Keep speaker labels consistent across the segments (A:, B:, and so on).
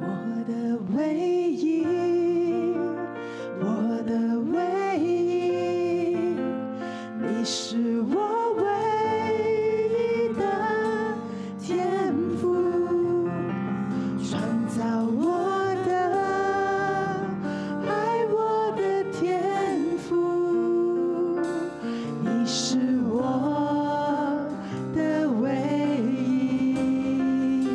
A: 的唯一，我的唯一，你是我唯一的天赋，创造我的，爱我的天赋，你是我的唯一，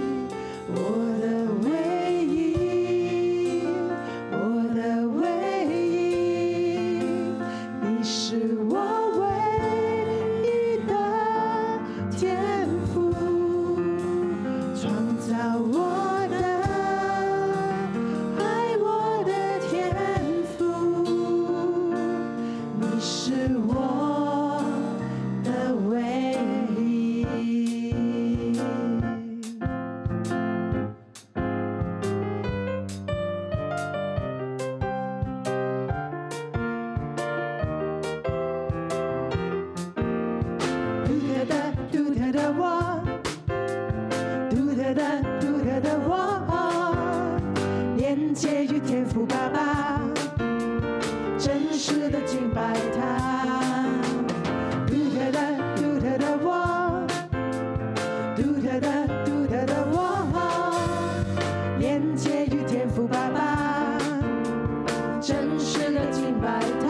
A: 我的唯一，我的唯一，你是我唯一的天赋，创造我的，爱我的天赋，你是我的唯一。独特的，独特的我，独特的，独特的我，连接于天赋爸爸，真实的敬拜他。独特的，独特的我，独特的，独特的我，连接于天赋爸爸，真实的敬拜他，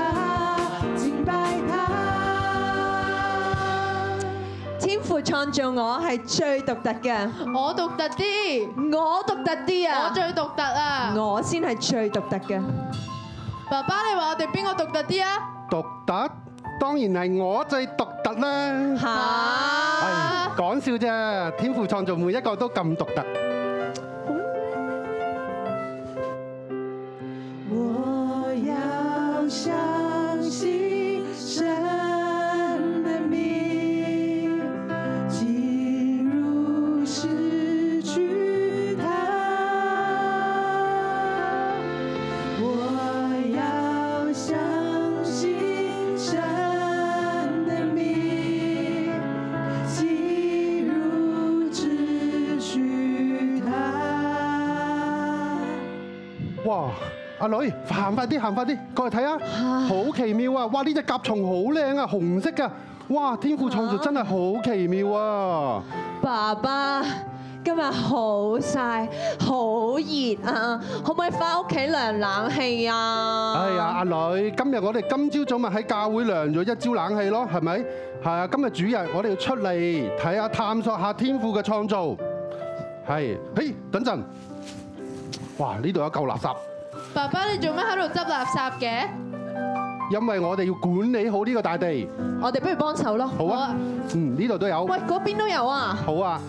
A: 敬拜他。
B: 天父創造我係最獨特嘅，
C: 我獨特啲，
B: 我獨特啲
C: 我
B: 啊！
C: 最獨特啊！
B: 我先係最獨特嘅，
C: 爸爸，你話我哋邊個獨特啲啊？
D: 獨特，當然係我最獨特啦。
B: 嚇！
D: 唉，講笑啫，天父創造每一個都咁獨特。
A: 我要相信神的名，进入失去他。我要相信神的名，进入失去他。
D: 哇！阿女，行快啲，行快啲，過嚟睇啊！好奇妙啊！哇！呢只甲蟲好靚啊，紅色噶。哇！天父創造真係好奇妙啊！
B: 爸爸，今日好晒，好熱啊！可唔可以翻屋企涼冷氣啊？
D: 哎呀，阿女，今日我哋今朝早咪喺教會涼咗一朝冷氣咯，係咪？係啊，今日主日我哋要出嚟睇下探索下天父嘅創造。係，嘿，等陣。哇！呢度有嚿垃圾，
C: 爸爸，你做咩喺度執垃圾嘅？
D: 因為我哋要管理好呢個大地。
B: 我哋不如幫手咯。
D: 好啊，嗯，呢度都有
B: 喂，。嗰邊都有啊！
D: 好啊，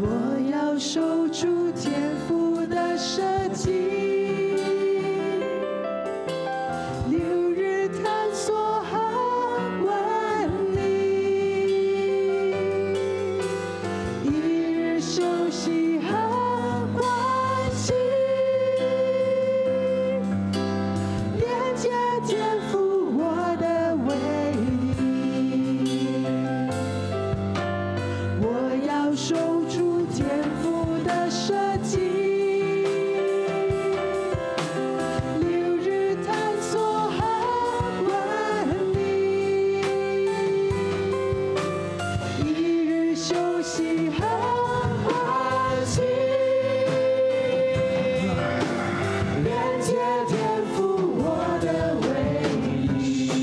A: 我要守住天赋的设计，六日探索和管理，一日休息和欢喜，连接天赋我的唯一。我要守住天赋的设计，六日探索和管理，一日休息和欢喜，连接天赋我的唯一。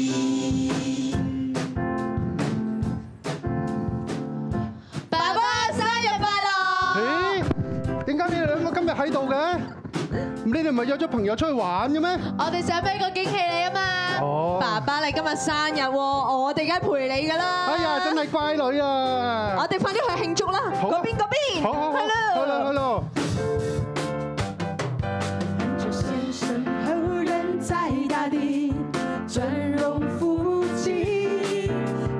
C: 爸爸生日快樂！
D: 咦？點解你哋兩個今日喺度嘅？你哋唔係約咗朋友出去玩嘅咩？
C: 我哋想俾個驚喜你啊嘛！
D: 哦
B: 爸爸，你今日生日喎，我哋梗係陪你噶啦！
D: 哎呀，真係乖女啊！
B: 我哋快啲去慶祝啦！
D: 好啊
B: 嗰邊嗰邊，
D: 好好好，
B: 係
D: 去咯去咯。
A: 这先生后人在大地尊荣父亲，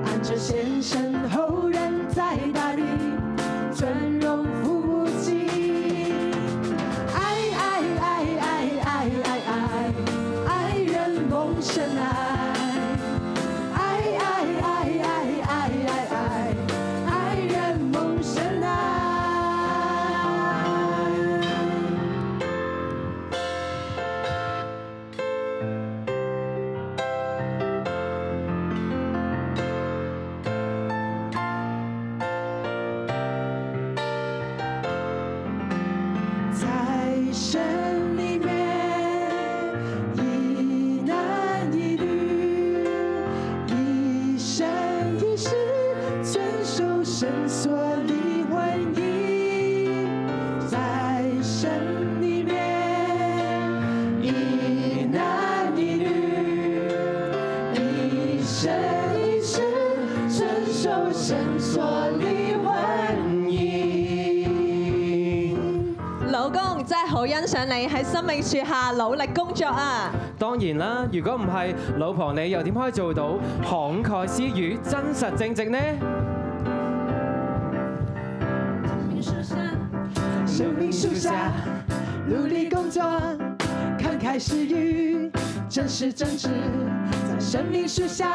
A: 按着先生后人在大地尊荣父亲。爱爱爱爱爱爱爱，爱人蒙神爱。爱爱爱爱爱爱爱，爱人蒙神爱。神所立文艺，在神里面，一男一女，一生一世，承受神所立文艺。
B: 老公真係好欣賞你喺生命樹下努力工作啊！
E: 當然啦，如果唔係，老婆你又點可以做到慷慨施予、真實正直呢？
A: 生命树下努力工作，慷慨施予，真实正直。在生命树下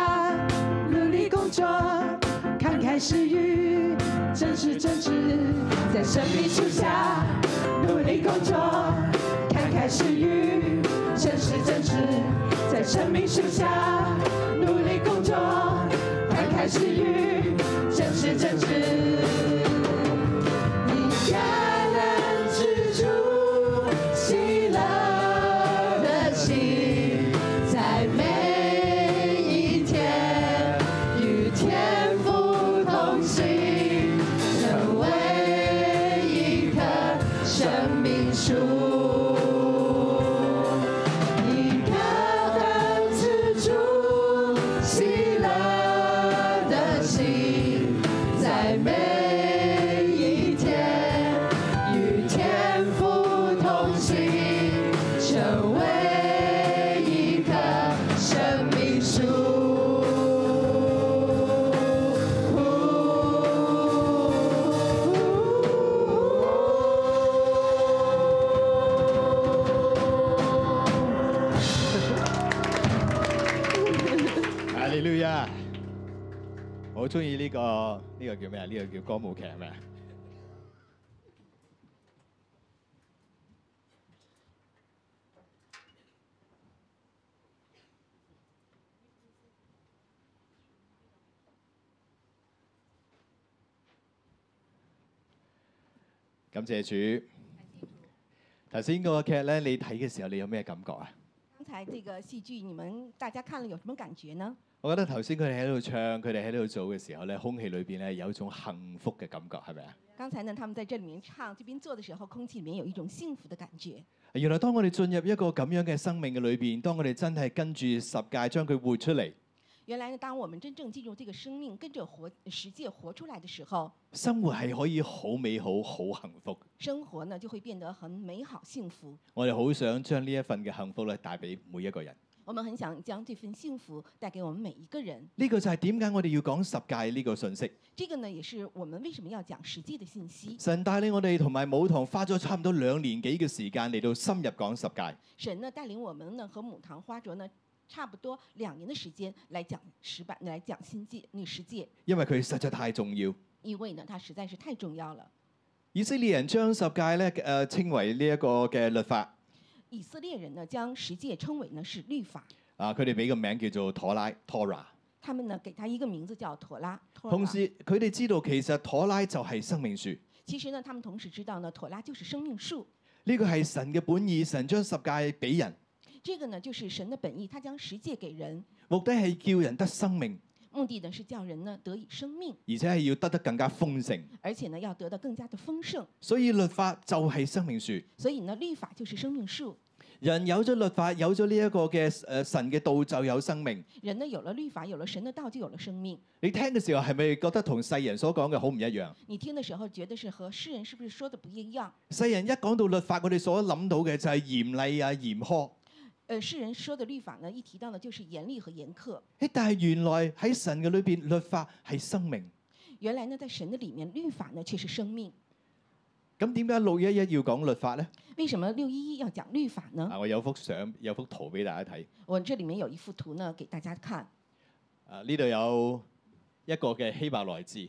A: 努力工作，慷慨施予，真实正直。在生命树下努力工作，慷慨施予，真实正直。在生命树下努力工作，慷慨施予，真实正直。以感恩之主喜乐的心，在每一天与天父同行，成为一棵生命树。以感恩之主喜乐的心。在每一天与天父同行，成为一棵生命树。
F: 阿利路亞！我好中意呢個呢、個叫咩啊？呢、個叫歌舞劇係咪啊？感謝主。頭先嗰個劇咧，你睇嘅時候，你有咩感覺啊？
G: 刚才这个戏剧，你们大家看了有什么感觉呢？
F: 我覺得頭先佢哋喺度唱，佢哋喺度做嘅時候咧，空氣裏邊咧有一種幸福嘅感覺，係咪啊？
G: 刚才呢，他们在这里面唱，这边坐的时候，空气里面有一种幸福的感觉。
F: 原來當我哋進入一個咁樣嘅生命嘅裏邊，當我哋真係跟住十戒將佢活出嚟，
G: 原来呢，当我们真正进入这个生命，跟着活实际活出来的时候，
F: 生活係可以好美好、好幸福。
G: 生活呢就会变得很美好、幸福。
F: 我哋好想將呢一份嘅幸福咧帶俾每一個人。
G: 我们很想将这份幸福带给我们每一个人。
F: 呢、個就係點解我哋要講十戒呢個信息。
G: 这个呢，也是我们为什么要讲实际的信息。
F: 神帶領我哋同埋母堂花咗差唔多兩年幾嘅時間嚟到深入講十戒。
G: 神呢带领我们呢和母堂花卓呢，差不多两年的时间来讲十版，来讲新界那十界，
F: 因為佢實在太重要。
G: 因为呢它实在是太重要了。
F: 以色列人將十戒咧誒稱為呢一個嘅律法。
G: 以色列人呢，将十诫称为呢是律法，
F: 啊，佢哋俾個名叫做妥拉 （Torah）。
G: 他们呢给它一个名字叫妥拉。妥拉
F: 同時佢哋知道其實妥拉就係生命樹，
G: 其实呢，他们同时知道呢，妥拉就是生命树，
F: 呢個係神嘅本意，神將十戒俾人，
G: 这个呢就是神的本意，他将十诫给人，
F: 目的係叫人得生命，
G: 目的呢是叫人呢得以生命，
F: 而且係要得得更加豐盛。
G: 而且呢要得到更加的丰盛。
F: 所以律法就係生命樹。
G: 所以呢，律法就是生命树，
F: 人有咗律法，有咗呢一個嘅誒神嘅道就有生命。
G: 人呢有了律法，有了神的道，就有了生命。
F: 你聽嘅時候係咪覺得同世人所講嘅好唔一樣？
G: 你听的时候觉得是和世人是不是说的不一样？
F: 世人一講到律法，我哋所諗到嘅就係嚴厲啊、嚴苛。
G: 呃，世人说的律法呢，一提到呢就是严厉和严苛。
F: 誒，但係原來喺神嘅裏邊，律法係生命。
G: 原来呢，在神的里面，律法呢却是生命。
F: 咁點解六一一要講律法呢？
G: 为什么六一一要讲律法呢？
F: 啊，我有幅相，有幅圖俾大家睇。
G: 我这里面有一幅图呢，给大家看。
F: 啊，呢度有一個嘅希伯來字，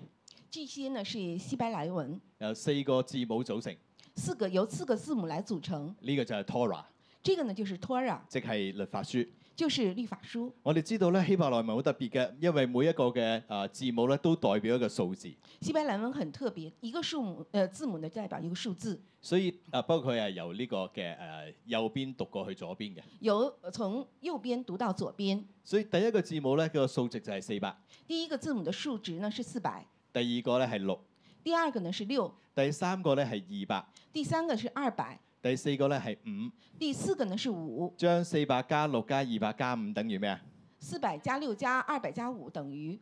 G: 这些呢是希伯来文，
F: 由四個字母組成。
G: 四个由四个字母来组成。
F: 呢、個就係 Torah，
G: 这个呢就是 Torah，
F: 即係律法書。
G: 就是律法书。
F: 我哋知道咧，希伯來文好特別嘅，因為每一個嘅啊字母咧都代表一個數字，
G: 希伯来文很特别，一个数母呃字母呢代表一个数字，
F: 所以啊，不過佢係由呢個嘅誒、呃右邊讀過去左邊嘅。
G: 由从右边读到左边。
F: 所以第一個字母咧，佢個數值就係四百，
G: 第一个字母的数值呢是四百，
F: 第二個咧係六，
G: 第二个呢是六，
F: 第三個咧係二百，
G: 第三个是二百，
F: 第四個咧係五。
G: 第四个呢是五。
F: 將四百加六加二百加五等於咩啊？
G: 四百加六加二百加五等于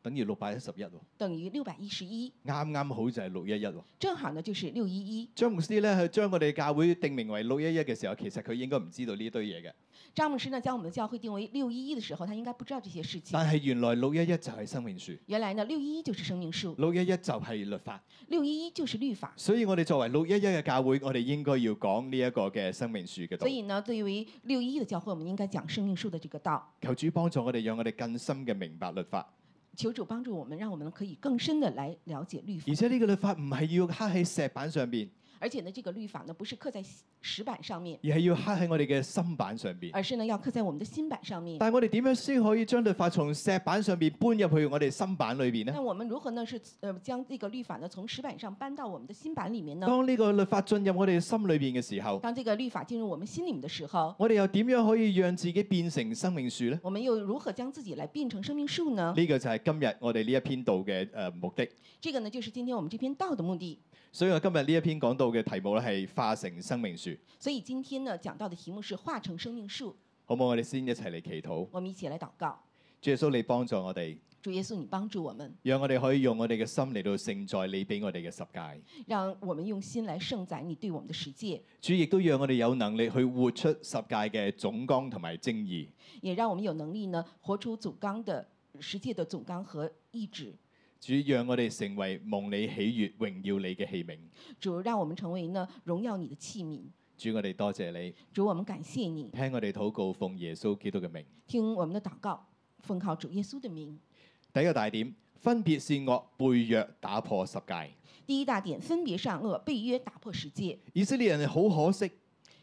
F: 等於六百一十一喎，
G: 等于六百一十一，
F: 啱啱好就係六一一喎。
G: 正好呢就是六一一。
F: 張牧師咧，佢將我哋教會定名為六一一嘅時候，其實佢應該唔知道呢堆嘢嘅。
G: 詹姆斯呢将我们的教会定为六一一的时候，他应该不知道这些事情
F: 但。係原來六一一就係生命樹，
G: 原来呢六一一就是生命树，
F: 六一一就係律法。
G: 六一一就是律法。
F: 所以我哋作為六一一嘅教會，我哋應該要講呢一個嘅生命樹嘅道
G: 所。以呢，对于六一一的教会，我们应该讲生命树的这个道。
F: 求主幫助我哋，讓我哋更深嘅明白律法。
G: 求主帮助我们，让我们可以更深的来了解律法
F: 而。且呢個律法唔係要刻喺石板上邊，
G: 而且呢，这个律法呢不是刻在石石板上面，
F: 而係要刻喺我哋嘅心板上邊。
G: 而是呢要刻在我们的心板上面。
F: 但係我哋點樣先可以將律法從石板上邊搬入去我哋心板裏邊呢？
G: 那我们如何呢？是呃将这个律法呢从石板上搬到我们的心板里面呢？
F: 當呢個律法進入我哋心裏邊嘅時候，
G: 当这个律法进入我们心里面的时候，
F: 我哋又點樣可以讓自己變成生命樹呢？
G: 我们又如何将自己来变成生命树呢？
F: 呢個就係今日我哋呢一篇道嘅誒目的。
G: 这个呢就是今天我们这篇道的目的。
F: 所以我今日呢一篇講到嘅題目咧係化成生命樹，
G: 所以今天呢讲到的题目是化成生命树。
F: 好唔好？我哋先一齊嚟祈禱。
G: 我们一起来祷告，
F: 主耶穌，你幫助我哋，
G: 主耶稣，你帮助我们，
F: 讓我哋可以用我哋嘅心嚟到勝在你俾我哋嘅十戒。
G: 让我们用心来盛载你对我们的实践，
F: 主亦都讓我哋有能力去活出十戒嘅總纲同埋正義。
G: 也让我们有能力呢活出祖纲的实践的总纲和意志。
F: 主讓我哋成為蒙你喜悅、榮耀你嘅器皿。
G: 主，让我们成为呢荣耀你的器皿。
F: 主，我哋多謝你，
G: 主，我们感谢你，
F: 聽我哋禱告，奉耶穌基督嘅名。
G: 听我们的祷告，奉靠主耶稣的名。
F: 第一個大點，分別善惡，背約打破十戒。
G: 第一大点，分别善恶，背约打破十诫。
F: 以色列人好可惜，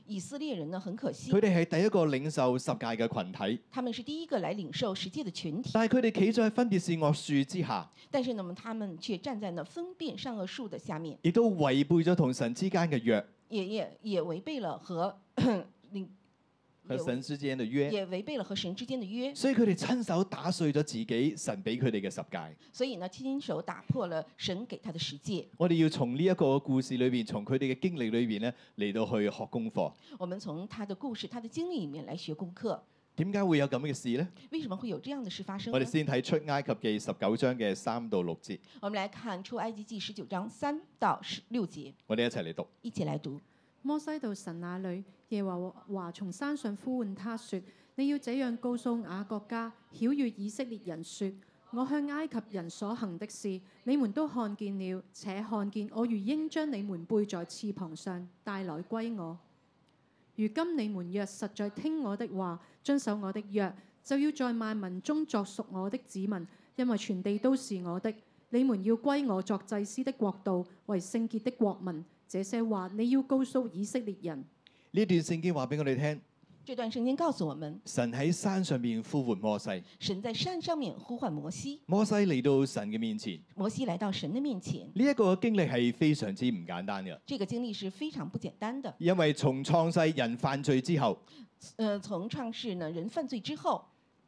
G: 以色列人呢很可惜
F: 佢，哋係第一個領受十戒嘅群體，
G: 他们是第一个来領受十诫的群体，
F: 但係佢哋企在分別善惡樹之下，
G: 但是呢么他们却站在那分辨善恶树的下面，
F: 亦都違背咗同神之間嘅約，
G: 也也也违背了和 领
F: 和神之間嘅約。
G: 也违背了和神之间的约，
F: 所以佢哋親手打碎咗自己神俾佢哋嘅十戒。
G: 所以呢亲手打破了神给他的十诫。
F: 我哋要從呢一個故事裏邊，從佢哋嘅經歷裏邊咧，嚟到去學功課。
G: 我们从他的故事、他的经历里面来学功课，
F: 點解會有咁嘅事呢？
G: 为什么会有这样的事发生
F: 我哋
G: 呢？
F: 先睇出埃及記十九章嘅三到六節，
G: 我们来看出埃及记十九章三到十六节，
F: 我哋一齊嚟讀。
G: 一起来读。
H: 摩西到神那裏，耶和華從山上呼喚他說：你要這樣告訴雅各家，曉喻以色列人說：我向埃及人所行的事，你們都看見了，且看見我如鷹將你們背在翅膀上帶來歸我。如今你們若實在聽我的話，遵守我的約，就要在萬民中作屬我的子民，因為全地都是我的。你們要歸我作祭司的國度，為聖潔的國民。這些話你要告訴以色列人。
F: 呢段聖經話俾我哋聽，
G: 这段圣经告诉我们，
F: 神喺山上面呼喚摩西，
G: 神在山上面呼唤摩西，
F: 摩西嚟到神嘅面前。
G: 摩西来到神的面前。
F: 呢、一個經歷係非常之唔簡單嘅，
G: 这个经历是非常不简单的。
F: 因為從創世人犯罪之後，
G: 呃，从创世呢人犯罪之後，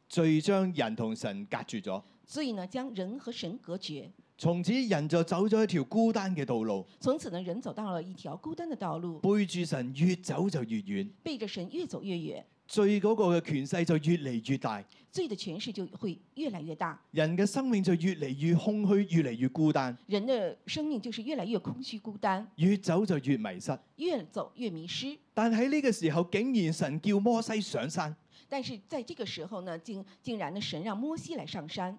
F: 罪將人同神隔絕咗，
G: 所以呢将人和神隔绝，
F: 從此人就走咗一條孤單嘅道路，
G: 从此呢人走到了一条孤单的道路，
F: 背住神越走就越遠，
G: 背着神越走越远，
F: 罪嗰個嘅權勢就越嚟越大，
G: 罪的权势就会越来越大，
F: 人嘅生命就越嚟越空虛，越嚟越孤單，
G: 人的生命就是越来越空虚孤单，
F: 越走就越迷失。
G: 越走越迷失。
F: 但喺呢個時候，竟然神叫摩西上山。
G: 但是在这个时候呢，竟竟然呢神让摩西来上山，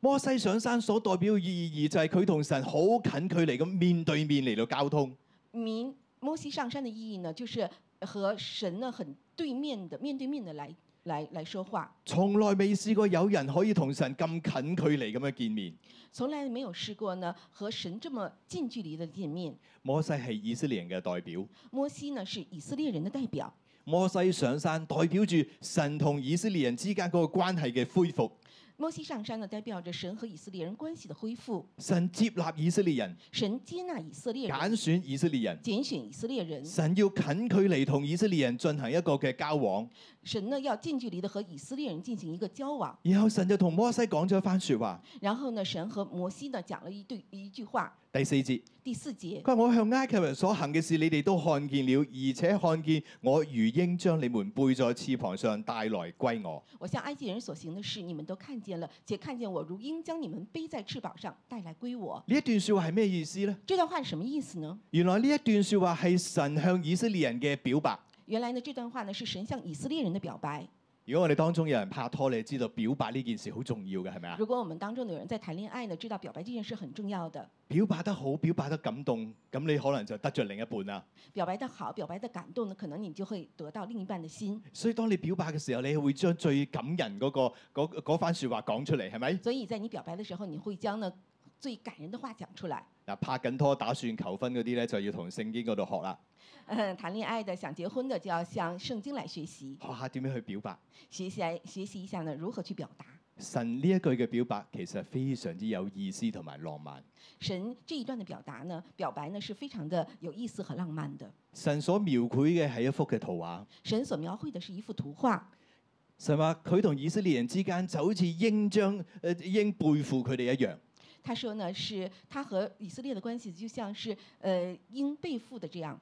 F: 摩西上山所代表嘅意義就係佢同神好近距離咁面對面嚟到交通。
G: 民摩西上山的意义呢，就是和神呢很对面的面对面的来来来说话，
F: 從來未試過有人可以同神咁近距離咁樣見面。
G: 从来没有试过呢和神这么近距离的见面。
F: 摩西係以色列人嘅代表，
G: 摩西呢是以色列人的代表，
F: 摩西上山代表住神同以色列人之間嗰個關係嘅恢復。
G: 摩西上山呢代表着神和以色列人关系的恢复，
F: 神接納以色列人，
G: 神接纳以色列
F: 揀
G: 人，
F: 選以色列人。
G: 拣选以色列人，
F: 神要近距離同以色列人進行一個嘅交往，
G: 神呢要近距离的和以色列人进行一个交往。
F: 然後神就同摩西講咗一番説話，
G: 然后呢，神和摩西呢讲了一对一句话，
F: 第四節，
G: 第四节，
F: 佢話：我向埃及人所行嘅事，你哋都看見了，而且看見我如鷹將你們背在翅膀上帶來歸我。
G: 我向埃及人所行的事，你们都看见了，且看见我如鹰将你们背在翅膀上带来归我。
F: 呢一段説話係咩意思呢？
G: 这段话是什么意思呢？
F: 原來呢一段説話係神向以色列人嘅表白。
G: 原来呢，这段话呢是神向以色列人的表白。
F: 如果我哋當中有人拍拖，你知道表白呢件事好重要嘅，係咪啊？
G: 如果我们当中有人在谈恋爱呢，知道表白这件事很重要的，
F: 表白得好，表白得感動，咁你可能就得着另一半啦。
G: 表白的好，表白的感动呢，可能你就会得到另一半的心。
F: 所以當你表白嘅時候，你會將最感人嗰、個嗰嗰番説話講出嚟，係咪？
G: 所以在你表白的时候，你会将呢最感人的话讲出来。
F: 嗱，拍緊拖、打算求婚嗰啲咧，就要同聖經嗰度學啦，
G: 嗯， 谈恋爱的想结婚的就要向圣经来学习，
F: 學下點樣去表白。
G: 学习来学习一下呢如何去表达。
F: 神呢一句嘅表白其實非常之有意思同埋浪漫。
G: 神这一段的表达呢，表白呢是非常的有意思和浪漫的。
F: 神所描繪嘅係一幅嘅圖畫。
G: 神所描绘的是一幅图画，
F: 神話佢同以色列人之間就好似鷹將誒、呃、鷹背負佢哋一樣。
G: 他说呢是他和以色列的关系就像是呃鹰背负的这样。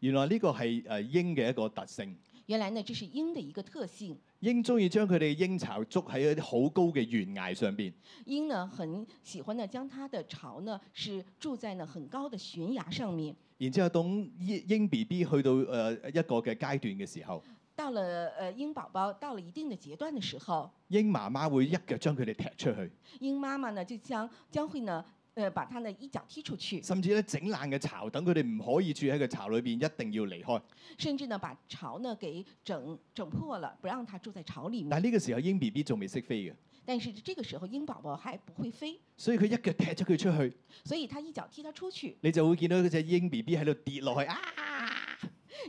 F: 原來呢個係誒鷹嘅一個特性。
G: 原来呢这是鹰的一个特性，
F: 鷹中意將佢哋鷹巢捉喺一啲好高嘅懸崖上邊。
G: 鹰呢很喜欢呢将它的巢呢是住在呢很高的悬崖上面。
F: 然之後等鷹鷹 B B 去到誒、呃一個嘅階段嘅時候，
G: 到了呃鹰宝宝到了一定的阶段的时候，
F: 鷹媽媽會一腳將佢哋踢出去，
G: 鹰妈妈呢就将将会呢呃把它呢一脚踢出去，
F: 甚至咧整爛嘅巢，等佢哋唔可以住喺個巢裏邊，一定要離開。
G: 甚至呢把巢呢给整整破了，不让它住在巢里面。
F: 但係呢個時候鷹 B B 仲未識飛嘅，
G: 但是这个时候鹰宝宝还不会飞，
F: 所以佢一腳踢咗佢出去，
G: 所以它一脚踢它出去，
F: 你就會見到嗰只鷹 B B 喺度跌落去啊！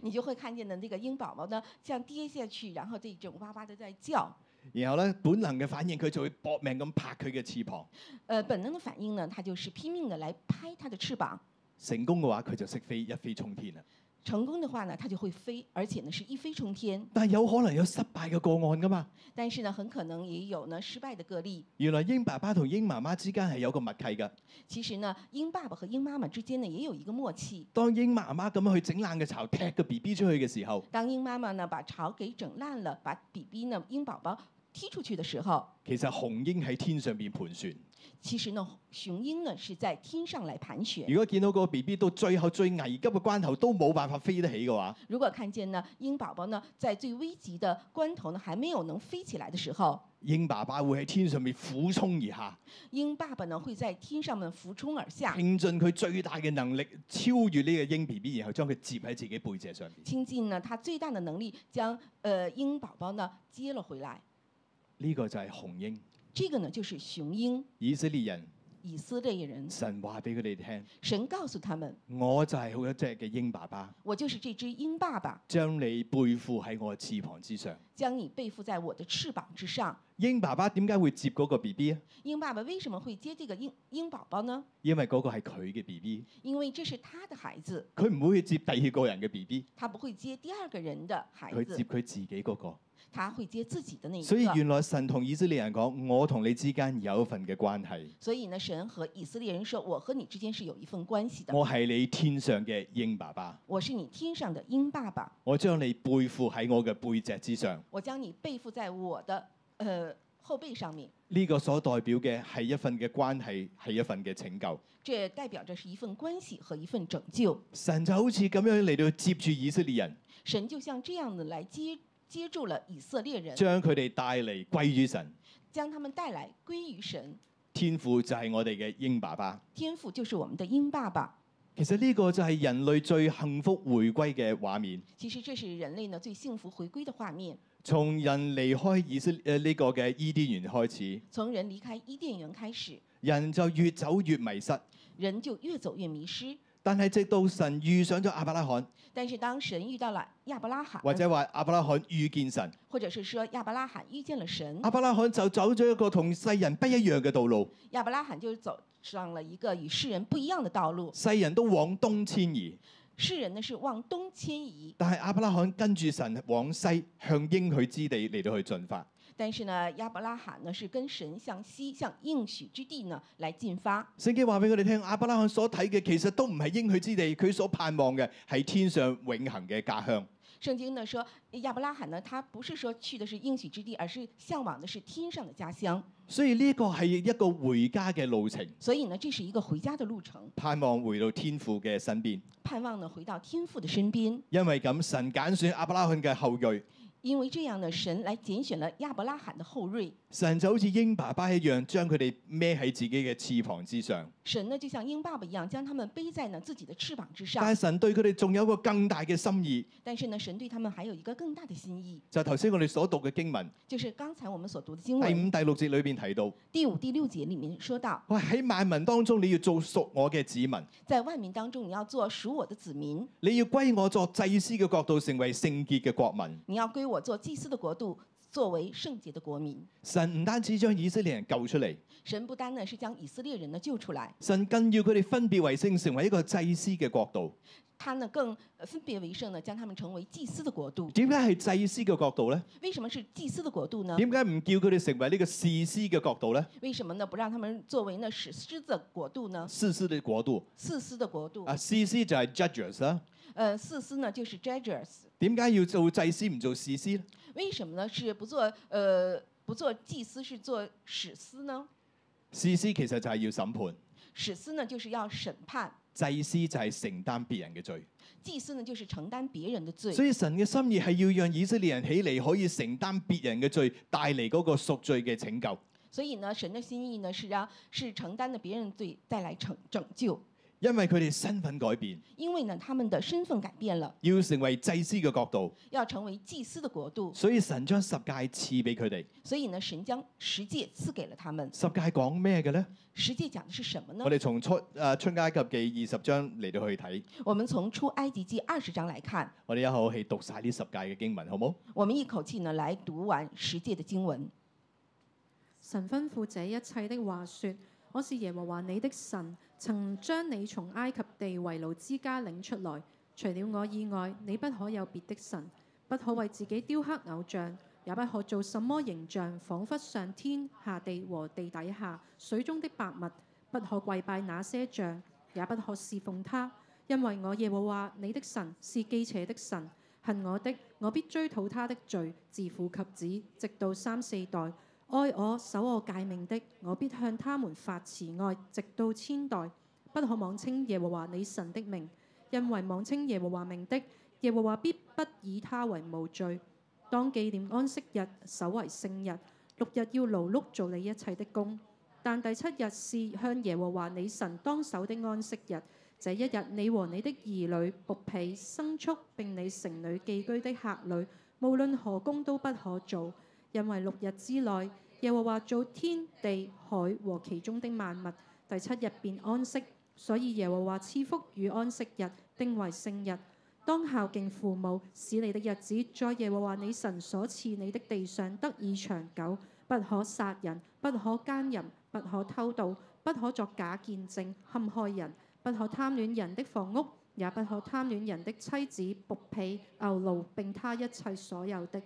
G: 你就会看见呢那个鹰宝宝呢像跌下去，然后这种哇哇的在叫。
F: 然後咧本能嘅反應，佢就會搏命咁拍佢嘅翅膀。
G: 呃，本能的反应呢，它就是拼命的来拍它的翅膀。
F: 成功嘅話，佢就識飛，一飛沖天啦。啊
G: 成功的话呢，它就会飞，而且呢是一飞冲天。
F: 但係有可能有失敗嘅個案噶嘛。
G: 但是呢，很可能也有呢失败的个例。
F: 原來鷹爸爸同鷹媽媽之間係有個默契㗎。
G: 其实呢，鹰爸爸和鹰妈妈之间呢也有一个默契。
F: 當鷹媽媽咁樣去整爛嘅巢踢個 B B 出去嘅時候，
G: 当鹰妈妈呢把巢给整烂了，把 BB 呢鹰宝宝踢出去的时候，
F: 其實紅鷹喺天上邊盤旋。
G: 其实呢雄鹰呢是在天上来盘旋。
F: 如果見到個 B B 到最後最危急嘅關頭都冇辦法飛得起嘅話，
G: 如果看见呢鹰宝宝呢在最危急的关头呢还没有能飞起来的时候，
F: 鷹爸爸會喺天上面俯衝而下，
G: 鹰爸爸呢会在天上面俯冲而下，
F: 拼盡佢最大嘅能力，超越呢個鷹 B B，然後將佢接喺自己背脊上邊。
G: 倾尽呢他最大的能力将呃鹰宝宝呢接了回来。
F: 呢、個就係紅鷹。
G: 这个呢就是雄鹰
F: 以色列人，
G: 以色列人，
F: 神話俾佢哋聽，
G: 神告诉他们，
F: 我就係好一隻嘅鷹爸爸，
G: 我就是这只鹰爸爸，
F: 將你背負喺我嘅翅膀之上。
G: 将你背负在我的翅膀之上。
F: 鷹爸爸點解會接嗰個 B B 啊？
G: 鹰爸爸为什么会接这个鹰鹰宝宝呢？
F: 因為嗰個係佢嘅 B B，
G: 因为这是他的孩子，
F: 佢唔會去接第二個人嘅 B B，
G: 他不会接第二个人的孩
F: 佢接
G: 子，
F: 佢自己嗰、個。
G: 他会接自己的那一
F: 所以
G: 个。
F: 原來神同以色列人講，我同你之間有一份嘅關係，
G: 所以呢，神和以色列人说：“我和你之间是有一份关系的，
F: 我係你天上嘅鷹爸爸，
G: 我是你天上的鹰爸爸，
F: 我將你背負喺我嘅背脊之上。
G: 我将你背负在我的呃后背上面。
F: 呢、個所代表嘅係一份嘅關係，係一份嘅拯救。
G: 这代表着是一份关系和一份拯救。
F: 神就好似咁樣嚟到接住以色列人，
G: 神就像这样的来接接住了以色列人，
F: 將佢哋帶嚟歸於神。
G: 将他们带来归于神。
F: 天父就係我哋嘅鷹爸爸。
G: 天父就是我们的鹰爸爸。
F: 其實呢個就係人類最幸福回歸嘅畫面。
G: 其实这是人類呢最幸福回歸的畫面。
F: 從人離開以色誒呢個嘅伊甸園開始，
G: 从人離開伊甸園開始，
F: 人就越走越迷失。
G: 人就越走越迷失。
F: 但係直到神遇上咗亞伯拉罕，
G: 但是當神遇到了亞伯拉罕，
F: 或者話亞伯拉罕遇見神，
G: 或者是說亞伯拉罕遇見了神，
F: 亞伯拉罕就走咗一個同世人不一樣嘅道路。
G: 亞伯拉罕就走上了一個與世人不一樣的道路。
F: 世人都往東遷移，
G: 世人呢是往东迁移，
F: 但係亞伯拉罕跟住神往西向應許之地嚟到去進發。
G: 但是呢，亚伯拉罕呢是跟神向西向应许之地呢来进发。
F: 聖經話俾我哋聽，亞伯拉罕所睇嘅其實都唔係應許之地，佢所盼望嘅係天上永恆嘅家鄉。
G: 圣经呢说，亚伯拉罕呢他不是说去的是应许之地，而是向往的是天上的家乡。
F: 所以呢一個係一個回家嘅路程，
G: 所以呢，这是一个回家的路程，
F: 盼望回到天父嘅身邊。
G: 盼望呢回到天父的身边。
F: 因為咁，神揀選亞伯拉罕嘅後裔，
G: 因为这样呢，神来拣选了亚伯拉罕的后裔。
F: 神就好似鷹爸爸一樣，將佢哋孭喺自己嘅翅膀之上。
G: 神呢就像鹰爸爸一样，将他们背在呢自己的翅膀之上。
F: 但係神對佢哋仲有一個更大嘅心意，
G: 但是呢，神对他们还有一个更大的心意，
F: 就係頭先我哋所讀嘅經文
G: 就是刚才我们所读的经
F: 第
G: 文
F: 五、第六節裏邊提到，
G: 第五、第六节里面说到，
F: 喂喺萬民當中你要做屬我嘅子民。
G: 在万民当中，你要做属我的子民，
F: 你要歸我作祭司嘅角度，成為聖潔嘅國民。
G: 你要归我做祭司的国度，作为圣洁的国民。
F: 神唔單止將以色列人救出嚟，
G: 神不单呢是将以色列人呢救出来，
F: 神更要佢哋分別為聖，成為一個祭司嘅國度。
G: 他呢更呃分别为圣呢，将他们成为祭司的国度。
F: 點解係祭司嘅國度呢？
G: 为什么是祭司的国度呢？
F: 點解唔叫佢哋成為呢個士師嘅國度呢？
G: 为什么呢不让他们作为呢史诗的国度呢？
F: 士師嘅國度
G: 四师的国度，
F: 啊，士師就係 judges 啦。
G: 呃，四师呢就是 judges，
F: 點解要做祭司唔做士師呢？
G: 为什么呢？是不做呃不做祭司，是做史司呢？
F: 士師其實就係要審判，
G: 史司呢就是要审判，
F: 祭司就係承擔別人嘅罪。
G: 祭司呢就是承担别人的罪。
F: 所以神嘅心意係要讓以色列人起嚟，可以承擔別人嘅罪，帶嚟嗰個贖罪嘅拯救。
G: 所以呢，神的心意呢是让是承担了别人的罪，带来拯拯救。
F: 因為佢哋身份改變，
G: 因为呢，他们的身份改变了，
F: 要成為祭司嘅角度，
G: 要成为祭司的国度，
F: 所以神將十戒賜俾佢哋。
G: 所以呢，神將十戒赐给了他们。
F: 十戒講咩嘅咧？
G: 十戒讲的是什么呢
F: 我？哋從出誒、呃出埃及記二十章嚟到去睇，
G: 我们從出埃及记二十章來看，
F: 我哋一口氣讀晒呢十戒嘅經文，好冇？
G: 我們一口氣呢来读完十戒的經文。
H: 神吩咐這一切的話說：我是耶和華你的神，曾將你從埃及地為奴之家領出來。除了我以外，你不可有別的神，不可為自己雕刻偶像，也不可做什麼形象，彷彿上天下地和地底下水中的百物，不可跪拜那些像，也不可侍奉他，因為我耶和華你的神是記邪的神，恨我的，我必追討他的罪，自父及子，直到三四代。愛我、守我誡命的，我必向他們發慈愛，直到千代。不可妄稱耶和華你神的名，因為妄稱耶和華名的，耶和華必不以他為無罪。當紀念安息日，守為聖日，六日要勞碌做你一切的工，但第七日是向耶和華你神當守的安息日。這一日，你和你的兒女、仆婢、牲畜，並你城裏寄居的客旅，無論何工都不可做。因為六日之內，耶和華造天地海和其中的萬物，第七日便安息。所以耶和華賜福與安息日，定為聖日。當孝敬父母，使你的日子在耶和華你神所賜你的地上得以長久。不可殺人，不可奸淫，不可偷盜，不可作假見證陷害人，不可貪戀人的房屋，也不可貪戀人的妻子、仆婢、牛驢並他一切所有的。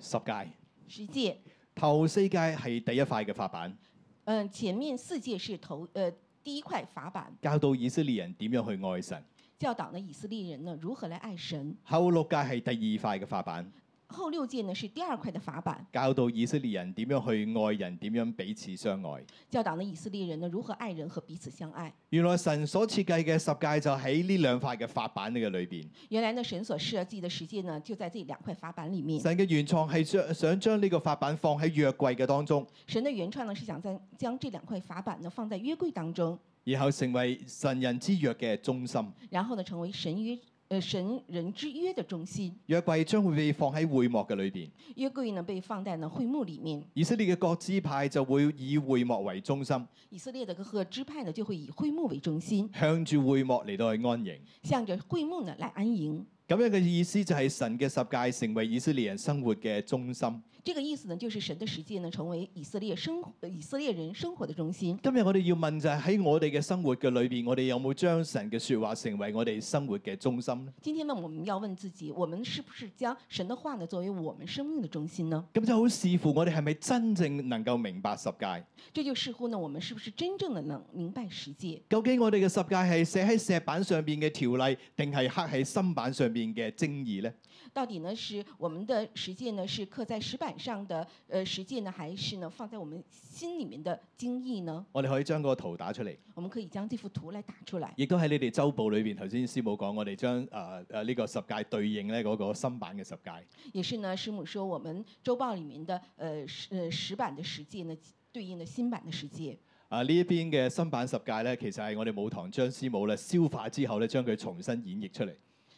F: 十戒
G: 十戒，
F: 頭四戒係第一塊嘅法版，
G: 嗯、前面四戒是头呃第一塊法版，
F: 教導以色列人點樣去愛神；
G: 教導呢以色列人呢如何来愛神。
F: 後六戒係第二塊嘅法版，
G: 后六戒呢是第二塊的法版，
F: 教導以色列人點樣去愛人，點樣彼此相愛。
G: 教導呢以色列人呢如何愛人和彼此相愛。
F: 原來神所設計嘅十戒就喺呢兩塊嘅法版呢個裏邊。
G: 原來呢神所设计的十戒呢就在这两塊法版里面。
F: 神嘅原創係想想將呢個法版放喺約櫃嘅當中，
G: 神的原创呢是想在将这两塊法版呢放在约柜当中，
F: 然後成為神人之約嘅中心。
G: 然後呢成为神约呃神人之约的中心。
F: 約櫃將會被放喺會幕嘅裏邊。
G: 约柜呢被放在呢会幕里面。
F: 以色列嘅各支派就會以會幕為中心，
G: 以色列的各个支派呢，就会以会幕为中心，
F: 向住會幕嚟到去安營。
G: 向着会幕呢来安营。
F: 咁樣嘅意思就係神嘅十戒成為以色列人生活嘅中心，
G: 这这个意思呢，就是神的实践呢，成为以色列生呃以色列人生活的中心。
F: 今日我哋要問就係喺我哋嘅生活嘅裏邊，我哋有冇將神嘅説話成為我哋生活嘅中心呢？
G: 今天呢，我们要问自己，我们是不是将神的话呢作为我们生命的中心呢？
F: 咁就好視乎我哋係咪真正能夠明白十戒。
G: 这就似乎呢，我们是不是真正的能明白实际？
F: 究竟我哋嘅十戒係寫喺石板上邊嘅條例，定係刻喺心板上邊嘅精義呢？
G: 到底呢是我们的实践呢是刻在石板上的呃实践呢，还是呢放在我们心里面的经意呢？
F: 我哋可以將個圖打出嚟，
G: 我们可以將這幅圖來打出來。
F: 亦都喺你哋周報裏邊。頭先師母講，我哋將誒誒呢個十戒對應咧嗰個心版嘅十戒。
G: 也是呢，师母说我们周报里面的呃石呃石版的十诫呢，对应的新版的十诫。
F: 啊呢一邊嘅新版十戒咧，其實係我哋舞堂將師母咧消化之後咧，將佢重新演繹出嚟。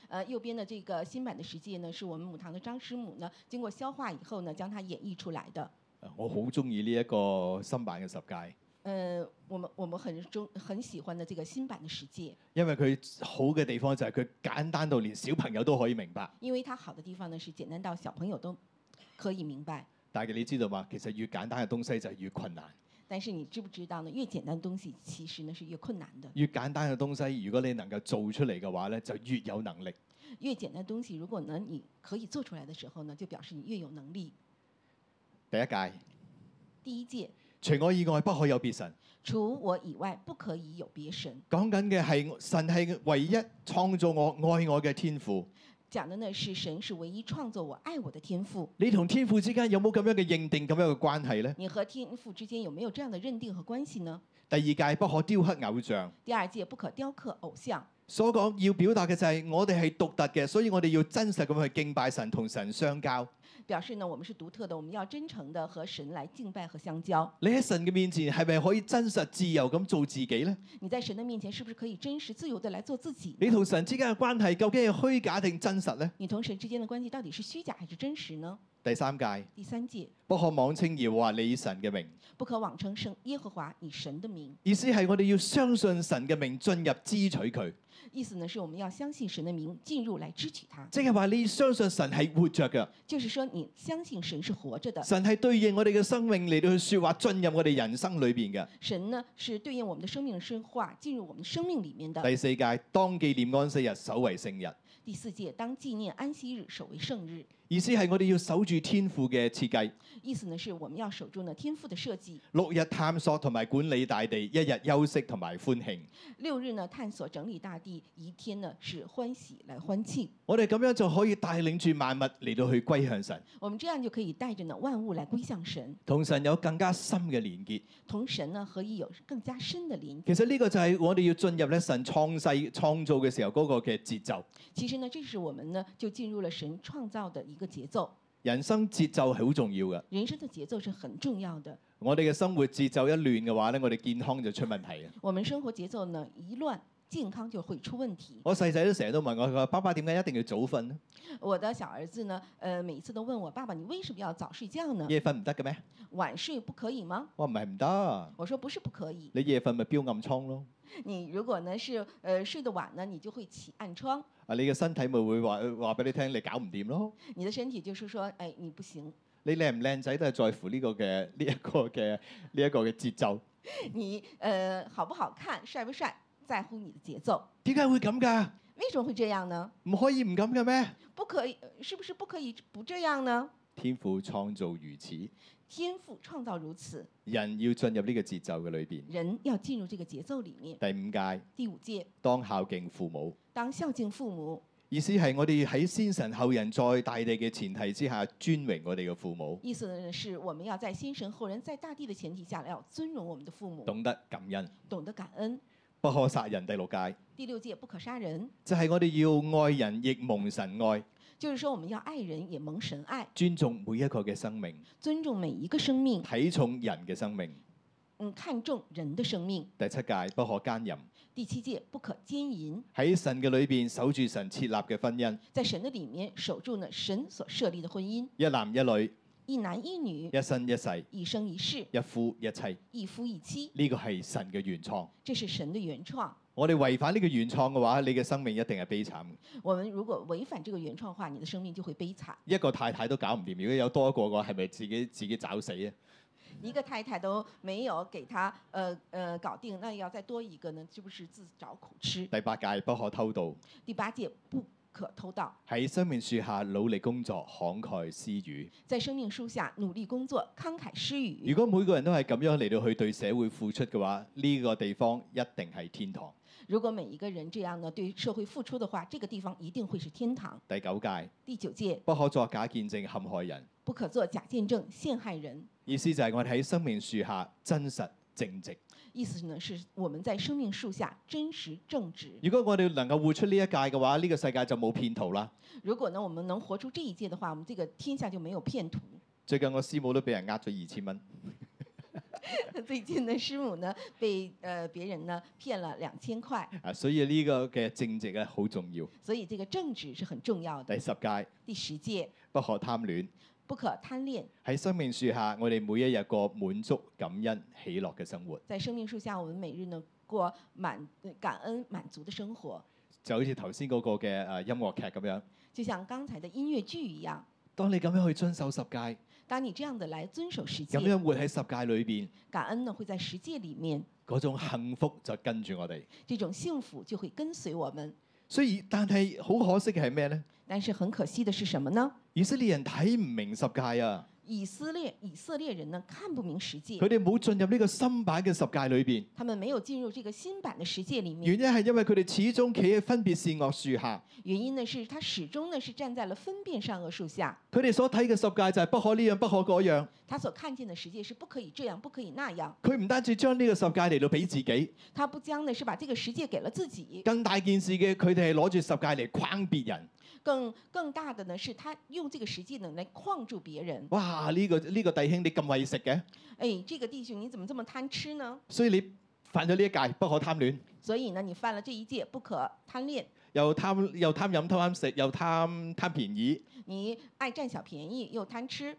G: 呃，右边的这个新版的十诫呢，是我们母堂的张师母呢，经过消化以后呢，将它演绎出来的。
F: 啊我好中意呢一個新版嘅十戒，
G: 呃，我们我们很中很喜欢的这个新版的十诫，
F: 因為佢好嘅地方就係佢簡單到連小朋友都可以明白。
G: 因为它好的地方呢是简单到小朋友都可以明白。
F: 但係你知道嘛，其實越簡單嘅東西就係越困難。
G: 但是你知不知道呢？越简单的東西其實呢是越困難的。
F: 越簡單嘅東西，如果你能夠做出嚟嘅話咧，就越有能力。
G: 越简单的東西，如果呢你可以做出来的时候呢，就表示你越有能力。
F: 第一戒，
G: 第一戒，
F: 除我以外不可有別神。
G: 除我以外，不可以有別神。
F: 講緊嘅係神係唯一創造我、愛我嘅天父。
G: 讲的呢是神是唯一创造我、爱我的天父。
F: 你同天父之間有冇咁樣嘅認定、咁樣嘅關係呢？
G: 你和天父之间有没有這樣的認定和關係呢？
F: 第二戒不可雕刻偶像。
G: 第二戒不可雕刻偶像，
F: 所講要表達嘅就係我哋係獨特嘅，所以我哋要真實咁去敬拜神，同神相交。
G: 表示呢我们是獨特的，我们要真誠的和神來敬拜和相交。
F: 你喺神嘅面前係咪可以真實自由咁做自己呢？
G: 你在神的面前是不是可以真實自由的來做自己呢？
F: 你同神之間嘅關係究竟係虛假定真實呢？
G: 你同神之间的關係到底是虛假還是真實呢？
F: 第三戒
G: 第三戒，
F: 不可妄稱耶和華你神嘅名。
G: 不可妄稱圣耶和華以神的名。
F: 意思係我哋要相信神嘅名進入支取佢，
G: 意思呢是我们要相信神的名進入來支取它，
F: 即係話你相信神係活着嘅，
G: 就是說你相信神是活着的，
F: 神係對應我哋嘅生命嚟到去説話進入我哋人生裏邊嘅。
G: 神呢是對應我們的生命的深化，進入我们生命里面的。
F: 第四戒當紀念安息日，守為聖日。
G: 第四戒，当纪念安息日，守为圣日。
F: 意思係我哋要守住天父嘅設計，
G: 意思呢是我们要守住呢天赋的設計，
F: 六日探索同埋管理大地，一日休息同埋歡慶。
G: 六日呢探索整理大地，一天呢是欢喜来欢庆。
F: 我哋咁樣就可以帶領住萬物嚟到去歸向神，
G: 我们这样就可以带着呢万物来归向神，
F: 同神有更加深嘅連結。
G: 同神呢可以有更加深的连接。
F: 其實呢個就係我哋要進入咧神創世創造嘅時候嗰個嘅節奏。
G: 其实呢，这是我们呢就进入了神创造的一个节奏，
F: 人生節奏係好重要嘅。
G: 人生的节奏是很重要的。
F: 我哋嘅生活節奏一亂嘅話咧，我哋健康就出問題啊！
G: 我们生活节奏呢一乱，健康就会出问題。
F: 我細仔都成日都問我，佢話：爸爸點解一定要早瞓咧？
G: 我的小儿子呢，呃，每一次都问我爸爸，你为什么要早睡觉呢？
F: 夜瞓唔得嘅咩？
G: 晚睡不可以吗？
F: 我話唔係唔得，
G: 我说不是不可以，
F: 你夜瞓咪標暗瘡咯。
G: 你如果呢是呃睡得晚呢，你就会起暗疮，
F: 啊，你嘅身體咪會話話俾你聽，你搞唔掂咯。
G: 你的身体就是说，哎，你不行，
F: 你靚唔靚仔都係在乎呢個嘅呢一個嘅呢一個嘅節奏。
G: 你呃好不好看、帅不帅，在乎你的节奏。
F: 點解會咁㗎？
G: 为什么会这样呢？
F: 唔可以唔咁嘅咩？
G: 不可以，呃是不是不可以不这样呢？
F: 天父創造如此，
G: 天赋创造如此，
F: 人要進入呢個節奏嘅裏邊。
G: 人要进入这个节奏里面。
F: 第五戒，
G: 第五戒，
F: 當孝敬父母。
G: 当孝敬父母，
F: 意思係我哋喺先神後人在大地嘅前提之下，尊榮我哋嘅父母，
G: 意思呢是我们要在先神后人，在大地的前提下，要尊荣我们的父母，
F: 懂得感恩，
G: 懂得感恩。
F: 不可殺人。第六戒
G: 第六戒，不可杀人，
F: 就係我哋要愛人，亦蒙神愛，
G: 就是说我们要爱人，也蒙神爱，
F: 尊重每一個嘅生命，
G: 尊重每一个生命。
F: 睇重人嘅生命。
G: 嗯，看重人的生命。
F: 第七戒不可奸淫，
G: 第七戒不可奸淫，
F: 喺神嘅裏邊守住神設立嘅婚姻，
G: 在神的里面守住呢神所设立的婚姻，
F: 一男一女，
G: 一男一女，
F: 一生一世，
G: 一生一世，
F: 一夫一妻，
G: 一夫一妻，
F: 呢個係神嘅原創。
G: 这是神的原创。
F: 我哋違反呢個原創嘅話，你嘅生命一定係悲慘嘅。
G: 我们如果违反这个原创话，你的生命就会悲惨。
F: 一個太太都搞唔掂，如果有多一個嘅，係咪自己自己找死啊？
G: 一个太太都没有给他呃呃搞定，那要再多一个呢，是不是自找苦吃？
F: 第八戒不可偷盜，
G: 第八戒不可偷盗，
F: 喺生命樹下努力工作，慷慨施予。
G: 在生命树下努力工作，慷慨施予
F: 如。果每個人都係咁樣嚟到去對社會付出嘅話，呢、個地方一定係天堂。
G: 如果每一个人这样呢，对社会付出的话，这个地方一定会是天堂。
F: 第九戒
G: 第九戒，
F: 不可作假見證陷害人，
G: 不可做假见证陷害人。
F: 意思就係我哋喺生命樹下真實正直。
G: 意思呢，是我们在生命树下真实正直。
F: 如果我哋能夠活出呢一戒嘅話，呢、個世界就冇騙徒啦。
G: 如果呢，我们能活出这一戒的话，我们这个天下就没有骗徒。
F: 最近我師母都俾人呃咗二千蚊，
G: 最近的师母呢，被呃别人呢骗了两千块，
F: 啊，所以呢個嘅正直咧好重要。
G: 所以这个正直是很重要的。
F: 第十戒
G: 第十戒，
F: 不可貪戀。
G: 不可贪恋。
F: 喺生命樹下，我哋每一日過滿足、感恩、喜樂嘅生活，
G: 在生命树下，我们每日呢过满呃感恩满足的生活，
F: 就好似頭先嗰個嘅誒音樂劇咁樣。
G: 就像刚才的音乐剧一样。
F: 當你咁樣去遵守十戒，
G: 当你这样的来遵守十
F: 咁
G: 戒，
F: 樣活喺十戒裏邊，
G: 感恩呢会在十戒里面，
F: 嗰種幸福就跟住我哋。
G: 这种幸福就会跟随我们。
F: 所以，但係好可惜嘅係咩呢？
G: 但是很可惜的是什么呢？
F: 以色列人睇唔明十戒啊，
G: 以色列以色列人呢看不明十戒
F: 佢，哋冇進入呢個新版嘅十戒裏邊。
G: 他们没有进入这个新版的十戒里面
F: 原。因係因為佢哋始終企喺分別善惡樹下，
G: 原因呢是他始终呢是站在了分辨善恶树下，
F: 佢哋所睇嘅十戒就係不可呢樣不可嗰樣。
G: 他所看见的十戒是不可以这样，不可以那样。
F: 佢唔單止將呢個十戒嚟到俾自己，
G: 他不将呢是把这个十戒给了自己，
F: 更大件事嘅佢哋係攞住十戒嚟框別人。
G: 更更大的呢是他用这个十戒呢来框住别人。
F: 哇！呢、個呢、個弟兄你咁為食嘅，
G: 哎，这个弟兄你怎么这么贪吃呢？
F: 所以你犯咗呢一戒，不可貪戀，
G: 所以呢，你犯了这一戒，不可贪恋，
F: 又貪又貪飲、貪食、又貪貪便宜，
G: 你爱占小便宜又贪吃，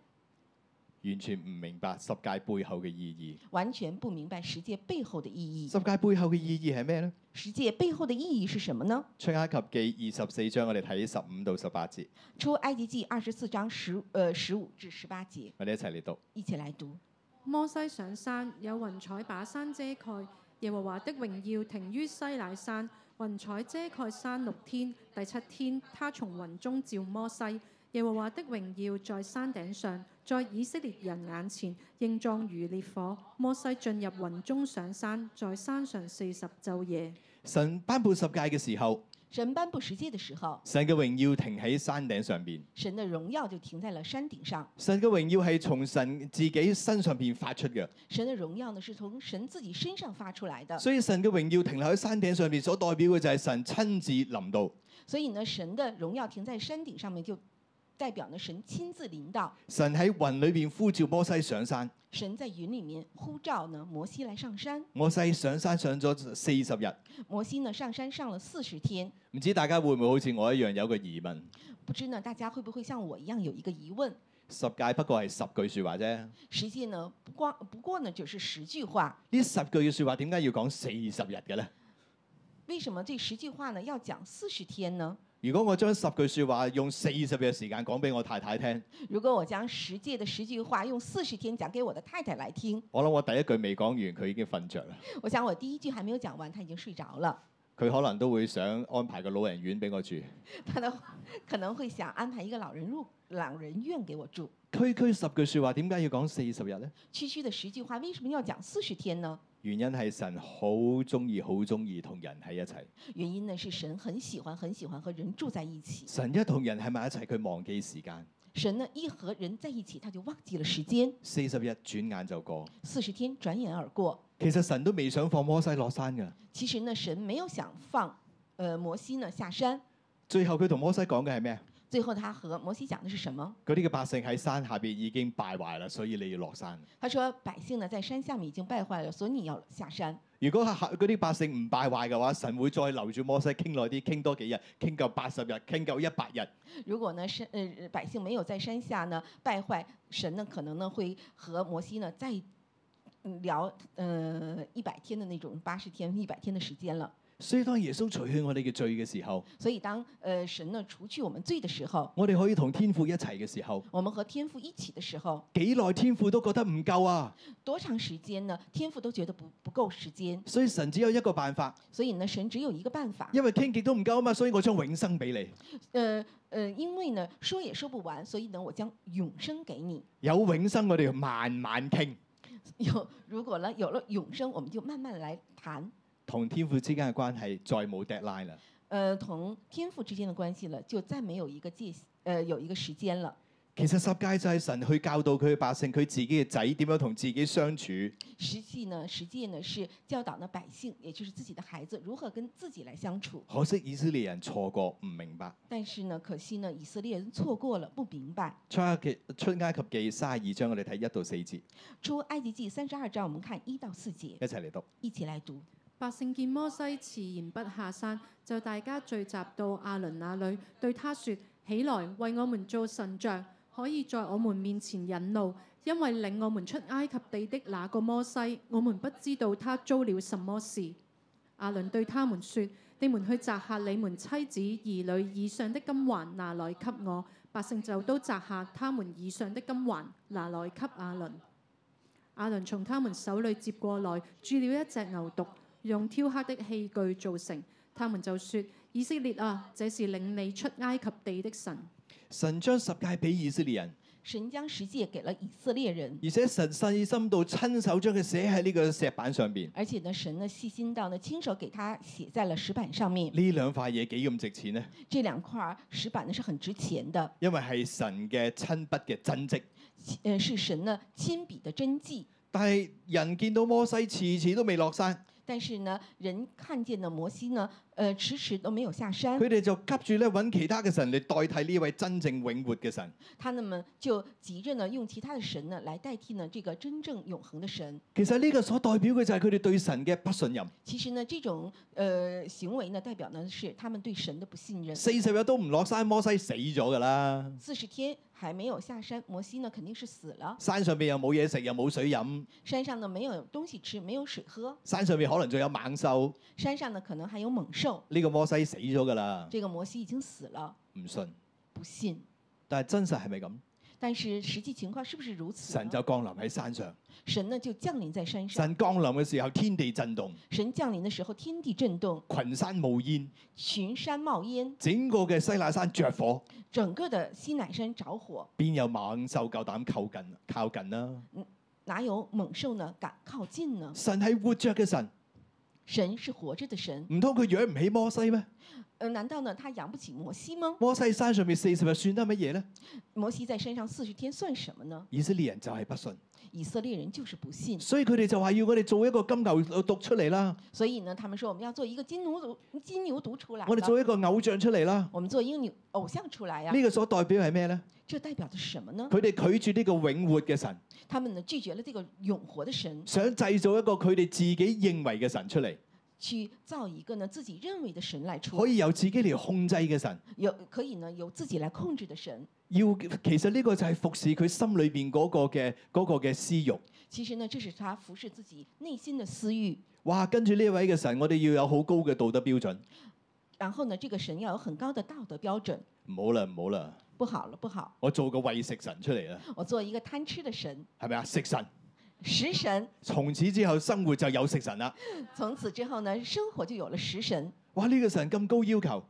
F: 完全唔明白十戒背後嘅意
G: 完全不明白十戒背後的
F: 義。
G: 意义
F: 十。戒背後嘅意義係咩呢？
G: 十戒背後的意义是什么呢？
F: 出埃及記二十四章，我哋睇十五到十八節，
G: 出埃及记二十四章十呃十五至十八节，
F: 我哋一齊嚟讀。
G: 一起来读。
H: 摩西上山，有雲彩把山遮蓋，耶和華的榮耀停於西乃山，雲彩遮蓋山六天。第七天，他從雲中召摩西，耶和華的榮耀在山頂上，在以色列人眼前，形狀如烈火。摩西進入雲中上山，在山上四十晝夜。
F: 神頒布十戒嘅時候，
G: 神颁布十戒的時候，
F: 神嘅榮耀停喺山頂上邊。
G: 神的榮耀就停在了山頂上。
F: 神嘅榮耀係從神自己身上邊發出嘅，
G: 神的榮耀呢是從神自己身上發出來的，
F: 所以神嘅榮耀停留喺山頂上邊，所代表嘅就係神親自臨到。
G: 所以呢，神的榮耀停在山頂上面，就代表呢神親自臨到。
F: 神喺雲裏邊呼召摩西上山，
G: 神在云里面呼召呢摩西来上山，
F: 摩西上山上咗四十日，
G: 摩西呢上山上了四十天。
F: 唔知大家會唔會好似我一樣有個疑問？
G: 不知呢大家会不会像我一样有一个疑問？
F: 十戒不過係十句説話啫，
G: 實際呢不光不過呢就是十句話，
F: 呢十句嘅説話點解要講四十日嘅咧？
G: 為什麼這十句話呢要講四十天呢？
F: 如果我將十句説話用四十日時間講俾我太太聽，
G: 如果我將十戒的十句話用四十天講給我的太太來聽，
F: 我諗我第一句未講完，佢已經瞓着啦。
G: 我想我第一句還沒有講完，她已經睡着了。
F: 佢可能都會想安排個老人院俾我住。
G: 他的可能会想安排一个老人入老人院给我住。
F: 區區十句説話，點解要講四十日呢？
G: 区区的十句话为什么要讲四十天呢？
F: 原因係神好中意、好中意同人喺一齊。
G: 原因呢是神很喜欢很喜欢和人住在一起。
F: 神一同人喺埋一齊，佢忘記時間。
G: 神呢一和人在一起，他就忘記了时间。
F: 四十日轉眼就過。
G: 四十天转眼而过。
F: 其實神都未想放摩西落山㗎。
G: 其实呢，神没有想放呃摩西呢下山。
F: 最後佢同摩西講嘅係咩？
G: 最后他和摩西講的是什么？
F: 嗰啲嘅百姓喺山下邊已經敗壞啦，所以你要落山。
G: 他说：“百姓呢在山下面已经败坏了，所以你要下山。
F: 如果下嗰啲百姓唔敗壞嘅話，神會再留住摩西傾耐啲，傾多幾日，傾夠八十日，傾夠一百日。
G: 如果呢山呃百姓没有在山下呢败坏，神呢可能呢会和摩西呢再嗯聊呃一百天的那种八十天一百天的时间了。
F: 所以當耶穌除去我哋嘅罪嘅時候，
G: 所以当呃神呢除去我们罪的时候，
F: 我哋可以同天父一齊嘅時候，
G: 我们和天父一起的时候，
F: 幾耐天父都覺得唔夠啊！
G: 多长时间呢？天父都觉得不不够时间，
F: 所以神只有一個辦法，
G: 所以呢神只有一个办法，
F: 因為傾極都唔夠啊嘛，所以我將永生俾你，
G: 呃呃，因为呢说也说不完，所以呢我将永生给你。
F: 有永生我哋慢慢傾，
G: 有如果呢有了永生，我们就慢慢来谈，
F: 同天父之間嘅關係再冇 deadline 啦。
G: 呃，同天父之间的关系了，就再没有一个界呃有一个时间了。
F: 其實十戒就係神去教導佢嘅百姓，佢自己嘅仔點樣同自己相處。
G: 实际呢，实际呢是教导呢百姓，也就是自己的孩子如何跟自己来相处。
F: 可惜以色列人錯過，唔明白。
G: 但是呢，可惜呢，以色列人错过了，不明白。
F: 出埃及出埃及記三十二章，我哋睇一到四節，一
G: 出埃及记三十二章，我们看一到四节，
F: 齊嚟讀。
G: 一起来读。
H: 百姓見摩西遲延不下山，就大家聚集到亞倫那裏，對他說：起來，為我們做神像，可以在我們面前引路。因為領我們出埃及地的那個摩西，我們不知道他遭了什麼事。亞倫對他們說：你們去摘下你們妻子兒女以上的金環，拿來給我。百姓就都摘下他們以上的金環，拿來給亞倫。亞倫從他們手裏接過來，鑄了一隻牛犢。用雕刻的器具做成。他們就說：以色列啊，這是領你出埃及地的神。
F: 神將十戒俾以色列人，
G: 神将十诫给了以色列人，
F: 而且神細心到親手將佢寫喺呢個石板上邊。
G: 而且呢，神呢细心到呢，亲手给他写在了石板上面。
F: 呢兩塊嘢幾咁值錢呢？
G: 这两块儿石板呢是很值钱的，
F: 因為係神嘅親筆嘅真跡。
G: 呃，是神呢亲笔的真迹。
F: 但係人見到摩西遲遲都未落山，
G: 但是呢，人看见了摩西呢，呃，迟迟都没有下山
F: 佢，哋就急住咧揾其他嘅神嚟代替呢位真正永活嘅神。
G: 他那么就急着呢，用其他的神呢来代替呢这个真正永恒的神。
F: 其實呢個所代表嘅就係佢哋對神嘅不信任。
G: 其实呢，这种呃行为呢，代表呢是他们对神的不信任。
F: 四十日都唔落山，摩西死咗㗎啦。
G: 四十天还没有下山，摩西呢肯定是死了。
F: 山上面又冇嘢食，又冇水飲，
G: 山上呢没有东西吃，沒有水喝，
F: 山上面可能仲有猛獸。
G: 山上呢可能还有猛獸。
F: 呢、個摩西死咗㗎啦，
G: 这个摩西已经死了，
F: 唔信。
G: 不信。
F: 但係真實係咪咁？
G: 但是實際情況是不是如此呢？
F: 神就降臨喺山上，
G: 神呢就降臨在山上，
F: 神降臨嘅時候，天地震動，
G: 神降臨的時候，天地震動，
F: 群山冒煙，
G: 群山冒煙，
F: 整個嘅西乃山着火，
G: 整個的西乃山着火，
F: 邊有猛獸夠膽靠近靠近啦？
G: 哪有猛獸呢敢靠近呢？
F: 神係活着嘅神，
G: 神是活着的神，
F: 唔通佢養唔起摩西咩？
G: 呃，難道呢他養不起摩西嗎？
F: 摩西喺山上面四十日算得乜嘢呢？
G: 摩西在山上四十天算什麼呢？
F: 以色列人就係不信，
G: 以色列人就是不信，
F: 所以佢哋就話要我哋做一個金牛犢出嚟啦，
G: 所以呢，他們說我們要做一個金牛犊，金牛犊出來
F: 我哋
G: 了，
F: 做一個偶像出嚟啦。
G: 我們做一个牛偶像出來呀、
F: 呢個所代表係咩呢？
G: 这代表的是什麼呢？
F: 佢哋拒絕呢個永活嘅神，
G: 他們呢拒絕了這個永活的神，
F: 想製造一個佢哋自己認為嘅神出嚟，
G: 去造一個呢自己認為的神來出，
F: 可以由自己嚟控制嘅神。
G: 有可以呢由自己來控制的神。
F: 要其實呢個就係服侍佢心裏邊嗰個嘅嗰、個嘅私欲。
G: 其實呢，这是他服侍自己內心的私欲。
F: 哇！跟住呢位嘅神，我哋要有好高嘅道德標準。
G: 然後呢，這個神要有很高的道德標準。
F: 唔好啦，唔好啦，
G: 不好了，不好，
F: 我做個喂食神出嚟啦，
G: 我做一個貪吃的神，
F: 係咪啊？食神，
G: 食神。
F: 從此之後生活就有食神啦。
G: 從此之後呢，生活就有了食神。
F: 哇！呢、個神咁高要求，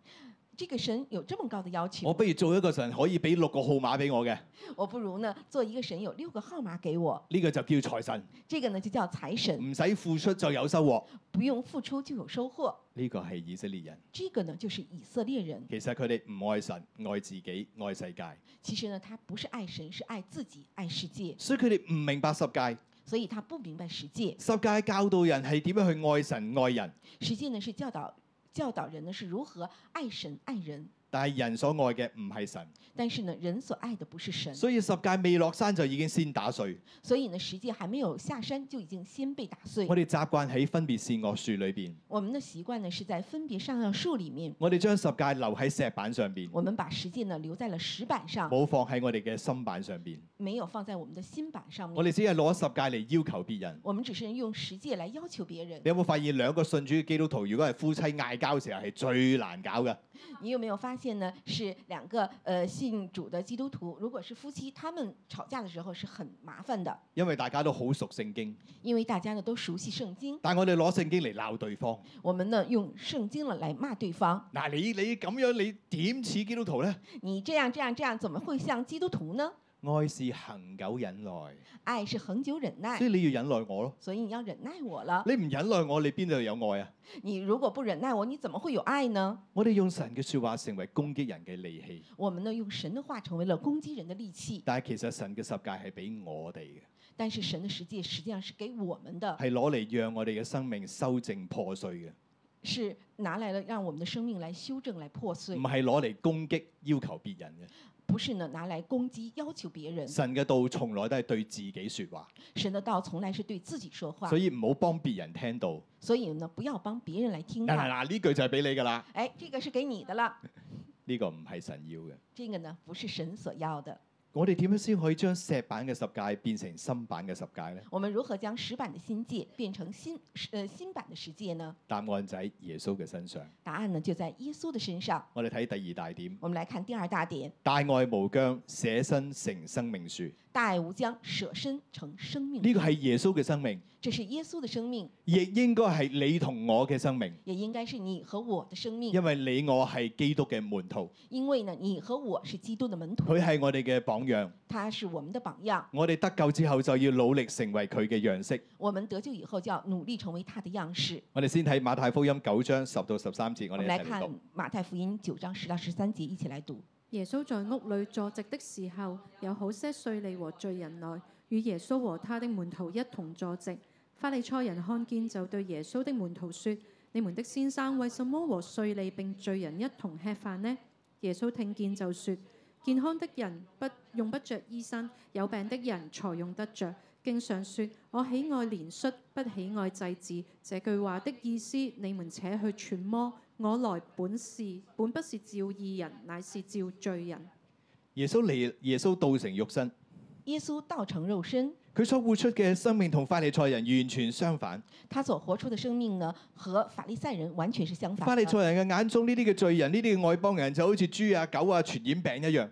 G: 這個神有這麼高的要
F: 我
G: 求，
F: 不如做一個神可以俾六個號碼俾我嘅，呢、
G: 我不如呢做一個神有六個號碼給我，
F: 個就叫財神，
G: 這個呢就叫財神，
F: 唔使付出就有收穫。
G: 不用付出就有收穫。
F: 呢個係以色列人，
G: 這個呢就是以色列人。
F: 其實佢哋唔愛神，愛自己，愛世界，
G: 其實呢，他不是愛神，是愛自己、愛世界，
F: 所以佢哋唔明白十戒。
G: 所以他不明白十戒。
F: 十戒教導人係點樣去愛神愛人。
G: 十戒呢是教導教導人呢是如何愛神愛人。
F: 但係人所愛嘅唔係神，
G: 但是呢，人所爱的不是神，
F: 所以十戒未落山就已經先打碎。
G: 所以呢，十诫还没有下山就已经先被打碎
F: 我。哋習慣喺分別善惡樹裏邊，
G: 我们的习惯呢是在分别上药树里面，
F: 我哋將十戒留喺石板上邊，
G: 我们把十诫呢留在了石板上，
F: 冇放喺我哋嘅心板上邊。
G: 没有放在我们的心板上
F: 我
G: 面。
F: 哋只係攞十戒嚟要求別人。
G: 我們只是用十诫来要求别人
F: 你。有冇發現兩個信主嘅基督徒，如果係夫妻嗌交嘅時候係最難搞嘅？
G: 你有没有发现呢？是两个呃信主的基督徒，如果是夫妻，他们吵架的时候是很麻烦的，
F: 因為大家都好熟聖經，
G: 因为大家呢都熟悉圣经，
F: 但我哋攞聖經嚟鬧對方。
G: 我们呢用圣經了来罵對方。
F: 嗱，你你咁樣你點似基督徒呢？
G: 你這樣這樣這樣，怎麼會像基督徒呢？
F: 愛是恒久忍耐，
G: 愛是恒久忍耐
F: 所，以你要忍耐我咯。
G: 所以你要忍耐我了。
F: 你唔忍耐我，你邊度有愛啊？
G: 你如果不忍耐我，你怎麼會有愛呢？
F: 我哋用神嘅説話成為攻擊人嘅利器，
G: 我們呢用神的話成為了攻擊人的利器，
F: 但係其實神嘅十戒係俾我哋嘅，
G: 但是神的十诫實際上是給我們的，
F: 係攞嚟讓我哋嘅生命修正破碎嘅，
G: 是拿來了讓我們的生命來修正、來破碎
F: 唔，係攞嚟攻擊要求別人嘅。
G: 不是呢拿來攻擊、要求別人。
F: 神嘅道從來都係對自己説話，
G: 神的道從來是對自己說話
F: 所，以唔好幫別人聽到。
G: 所以呢不要幫別人來聽
F: 嗱嗱
G: 到。
F: 嗱，呢句就係俾你㗎啦，
G: 哎，這個是給你的了，
F: 呢、個唔係神要嘅。
G: 這個呢不是神所要的。
F: 我哋點樣先可以將石板嘅十戒變成心板嘅十戒呢？
G: 我们如何将石板的心界变成新呃新版的世界呢？
F: 答案就喺耶穌嘅身上。
G: 答案呢就在耶稣的身上。
F: 我哋睇第二大點，
G: 我们来看第二大点：
F: 大愛無疆，捨身成生命樹。
G: 大爱无疆，舍身成生命。
F: 呢個係耶穌嘅生命，
G: 这是耶稣的生命，
F: 亦應該係你同我嘅生命，
G: 也应该是你和我的生命
F: 因，為你我係基督嘅門徒，
G: 因为呢，你和我是基督的门徒
F: 佢，係我哋嘅榜樣。
G: 他是我们的榜样。
F: 我哋得救之後就要努力成為佢嘅樣式。
G: 我们得救以后就要努力成为他的样式。
F: 我哋先睇馬太福音九章十到十三節，
G: 我
F: 我哋
G: 们
F: 一
G: 来
F: 齊嚟
G: 看
F: 讀。
G: 马太福音九章十到十三节，一起来读。
H: 耶穌在屋裏坐席的時候，有好些稅吏和罪人來，與耶穌和他的門徒一同坐席。法利賽人看見，就對耶穌的門徒說：你們的先生為什麼和稅吏並罪人一同吃飯呢？耶穌聽見就說：健康的人不用不着醫生，有病的人才用得着。經常說：我喜愛憐恤，不喜愛祭祀。這句話的意思，你們且去揣摩。我來本是本不是照義人，乃是照罪人。
F: 耶穌嚟，耶穌道成肉身，
G: 耶稣道成肉身，
F: 佢所活出嘅生命同法利賽人完全相反。
G: 他所活出的生命呢，和法利赛人完全是相反
F: 法利
G: 的。
F: 賽人嘅眼中，呢啲嘅罪人，呢啲嘅外邦人就好似豬啊、狗啊傳染病一樣。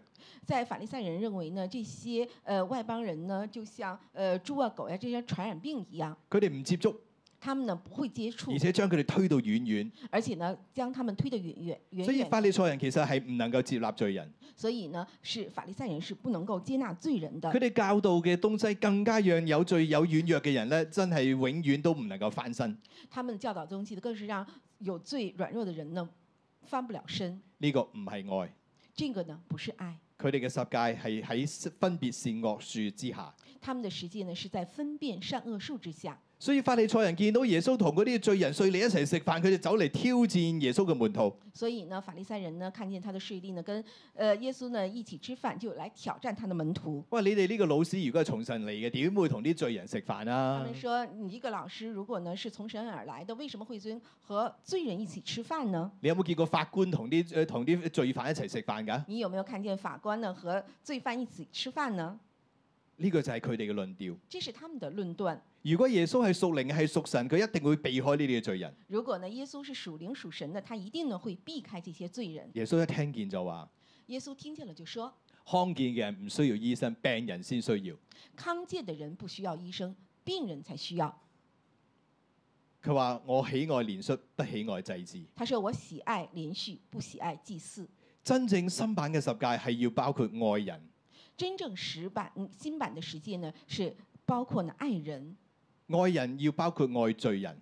G: 在法利赛人认为呢，这些呃外邦人呢，就像呃猪啊、狗呀、这些传染病一样，
F: 佢哋唔接觸，
G: 他们呢不会接触
F: 而，且將佢哋推到遠遠。
G: 而且呢将他们推得远远远
F: 所以
G: 远的，
F: 法利賽人其實係唔能夠接納罪人，
G: 所以呢是法利赛人是不能够接纳罪人
F: 佢
G: 的。
F: 哋教導嘅東西更加讓有罪有軟弱嘅人咧，真係永遠都唔能夠翻身。
G: 他们教导的东西的更是让有最软弱的人呢翻不了身。
F: 呢、個唔係愛，
G: 这个呢不是爱，
F: 佢哋嘅十戒係喺分別善惡樹之下。
G: 他们的实际呢是在分辨善恶术之下。
F: 所以法利賽人見到耶穌同嗰啲罪人稅吏一齊食飯，佢哋走嚟挑戰耶穌嘅門徒。
G: 所以呢，法利赛人呢看见他的税吏呢跟呃耶稣呢一起吃饭，就来挑战他的门徒。
F: 喂，你哋呢個老師如果係從神嚟嘅，點會同啲罪人食飯
G: 他
F: 啊
G: 们？说：“你一个老师，如果呢是从神而来的，为什么会跟和罪人一起吃饭呢？
F: 你有冇見過法官同啲誒同啲罪犯一齊食啊飯㗎？
G: 你有没有看见法官呢和罪犯一起吃饭呢
F: 呢、個就係佢哋嘅論調。？”
G: 这是他们的论断。
F: 如果耶穌係屬靈係屬神，佢一定會避開呢啲嘅罪人。
G: 如果呢耶稣是属灵属神的，他一定呢会避开这些罪人。
F: 耶穌一聽見就話：
G: 耶稣听见了就说
F: 康健嘅人唔需要醫生，病人先需要。：“
G: 康健的人不需要医生，病人才需要。
F: 佢話：我喜愛憐恤，不喜愛祭祀。”
G: 他说：“我喜爱连续，不喜爱祭祀。
F: 真正新版嘅十戒係要包括愛人，
G: 真正十版嗯新版的十诫呢是包括呢爱人，
F: 愛人要包括愛罪人，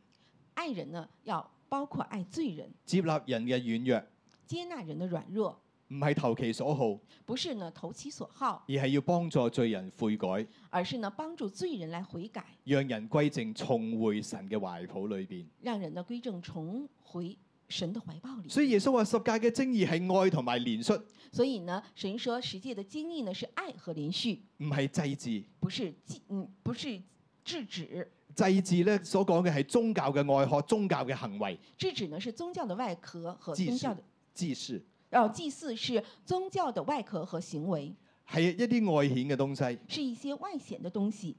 G: 爱人呢要包括爱罪人，
F: 接納人嘅軟弱，
G: 接纳人的软弱。”
F: 唔係投其所好，
G: 不是呢投其所好，
F: 而係要幫助罪人悔改，
G: 而是呢帮助罪人来悔改，
F: 讓人歸正，重回神嘅懷抱裏邊。
G: 让人呢归正重回神的怀抱里。
F: 所以耶穌話十戒嘅精義係愛同埋憐恤，
G: 所以呢，神说十诫的精义呢是爱和连续，
F: 唔係祭祀。
G: 不是祭，嗯，不是制止。
F: 祭祀咧所講嘅係宗教嘅愛學、宗教嘅行為、
G: 制止呢是宗教的外壳和
F: 祭
G: 宗
F: 祀
G: 教的，
F: 知識，
G: 哦，祭祀是宗教的外壳和行為，
F: 係一啲外顯嘅東西。
G: 是一些外显的东西。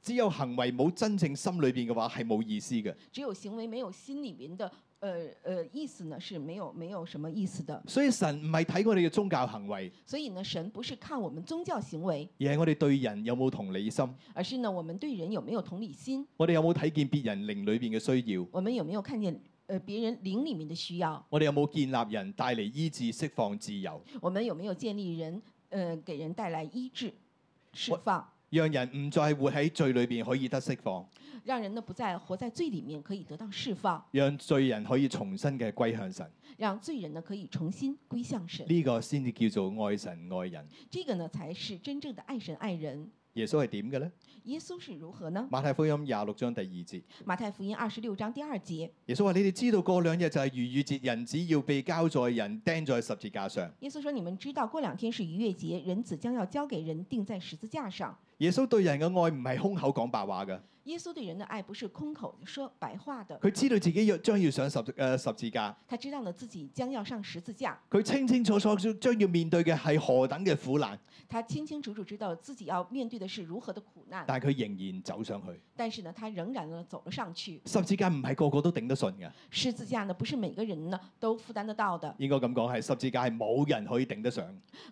F: 只有行為冇真正心裏邊嘅話係冇意思嘅。
G: 只有行为没有心里面的呃呃意思呢是没有没有什么意思的。
F: 所以神唔係睇我哋嘅宗教行為，
G: 所以呢，神不是看我们宗教行為，
F: 而係我哋對人有冇同理心，
G: 而是呢我们对人有沒有同理心，
F: 我哋有冇睇見別人靈裏邊嘅需要，
G: 我们有沒有看见呃别人靈里面的需要，
F: 我哋有冇建立人帶嚟醫治、釋放自由，
G: 我们有沒有建立人呃给人帶來醫治、釋
F: 我
G: 放，
F: 讓人唔再活喺罪裏邊可以得釋放，
G: 讓人呢不再活在罪里面，可以得到釋放，
F: 讓罪人可以重新嘅歸向神。
G: 讓罪人呢可以重新歸向神。
F: 呢、個先至叫做愛神愛人。
G: 这个呢才是真正的愛神愛人。
F: 耶穌係點嘅呢？
G: 耶穌是如何呢？
F: 馬太福音廿六章第二節，
G: 馬太福音二十六章第二節。
F: 耶穌話：你哋知道過兩日就係逾越節，人只要被交在人釘在十字架上。
G: 耶稣说：“你们知道，过两天是逾越节，人子将要交给人，钉在十字架上。
F: 耶穌對人嘅愛唔係空口講白話㗎，
G: 耶稣对人的爱不是空口说白话的，
F: 佢知道自己要將要上十誒、呃十字架，
G: 他知道呢自己将要上十字架，
F: 佢清清楚楚將要面對嘅係何等嘅苦難，
G: 他清清楚楚知道自己要面对的是如何的苦难，
F: 但係佢仍然走上去。
G: 但是呢，他仍然呢走了上去。
F: 十字架唔係個個都頂得順㗎，
G: 十字架呢不是每个人呢都负担得到的，
F: 應該咁講係十字架係冇人可以頂得上。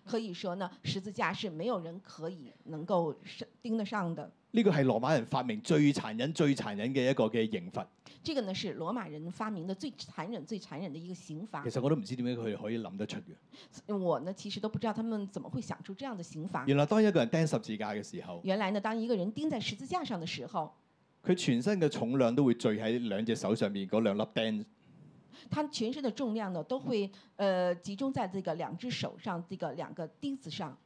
G: 可以说呢，十字架是没有人可以能够是钉得上的。
F: 呢個係羅馬人發明最殘忍、最殘忍嘅一個嘅刑罰。
G: 这个呢是罗马人发明的最残忍、最残忍的一个刑罚
F: 其。實我都唔知點解佢哋可以諗得出嘅。
G: 我呢其实都不知道他们怎么会想出这样的刑罚。”
F: 原來當一個人釘十字架嘅時候，
G: 原来呢，当一个人钉在十字架上的时候，
F: 佢全身嘅重量都會聚喺兩隻手上面嗰兩粒釘，
G: 他全身的重量呢都会呃集中在这个两只手上，这个两个钉子上。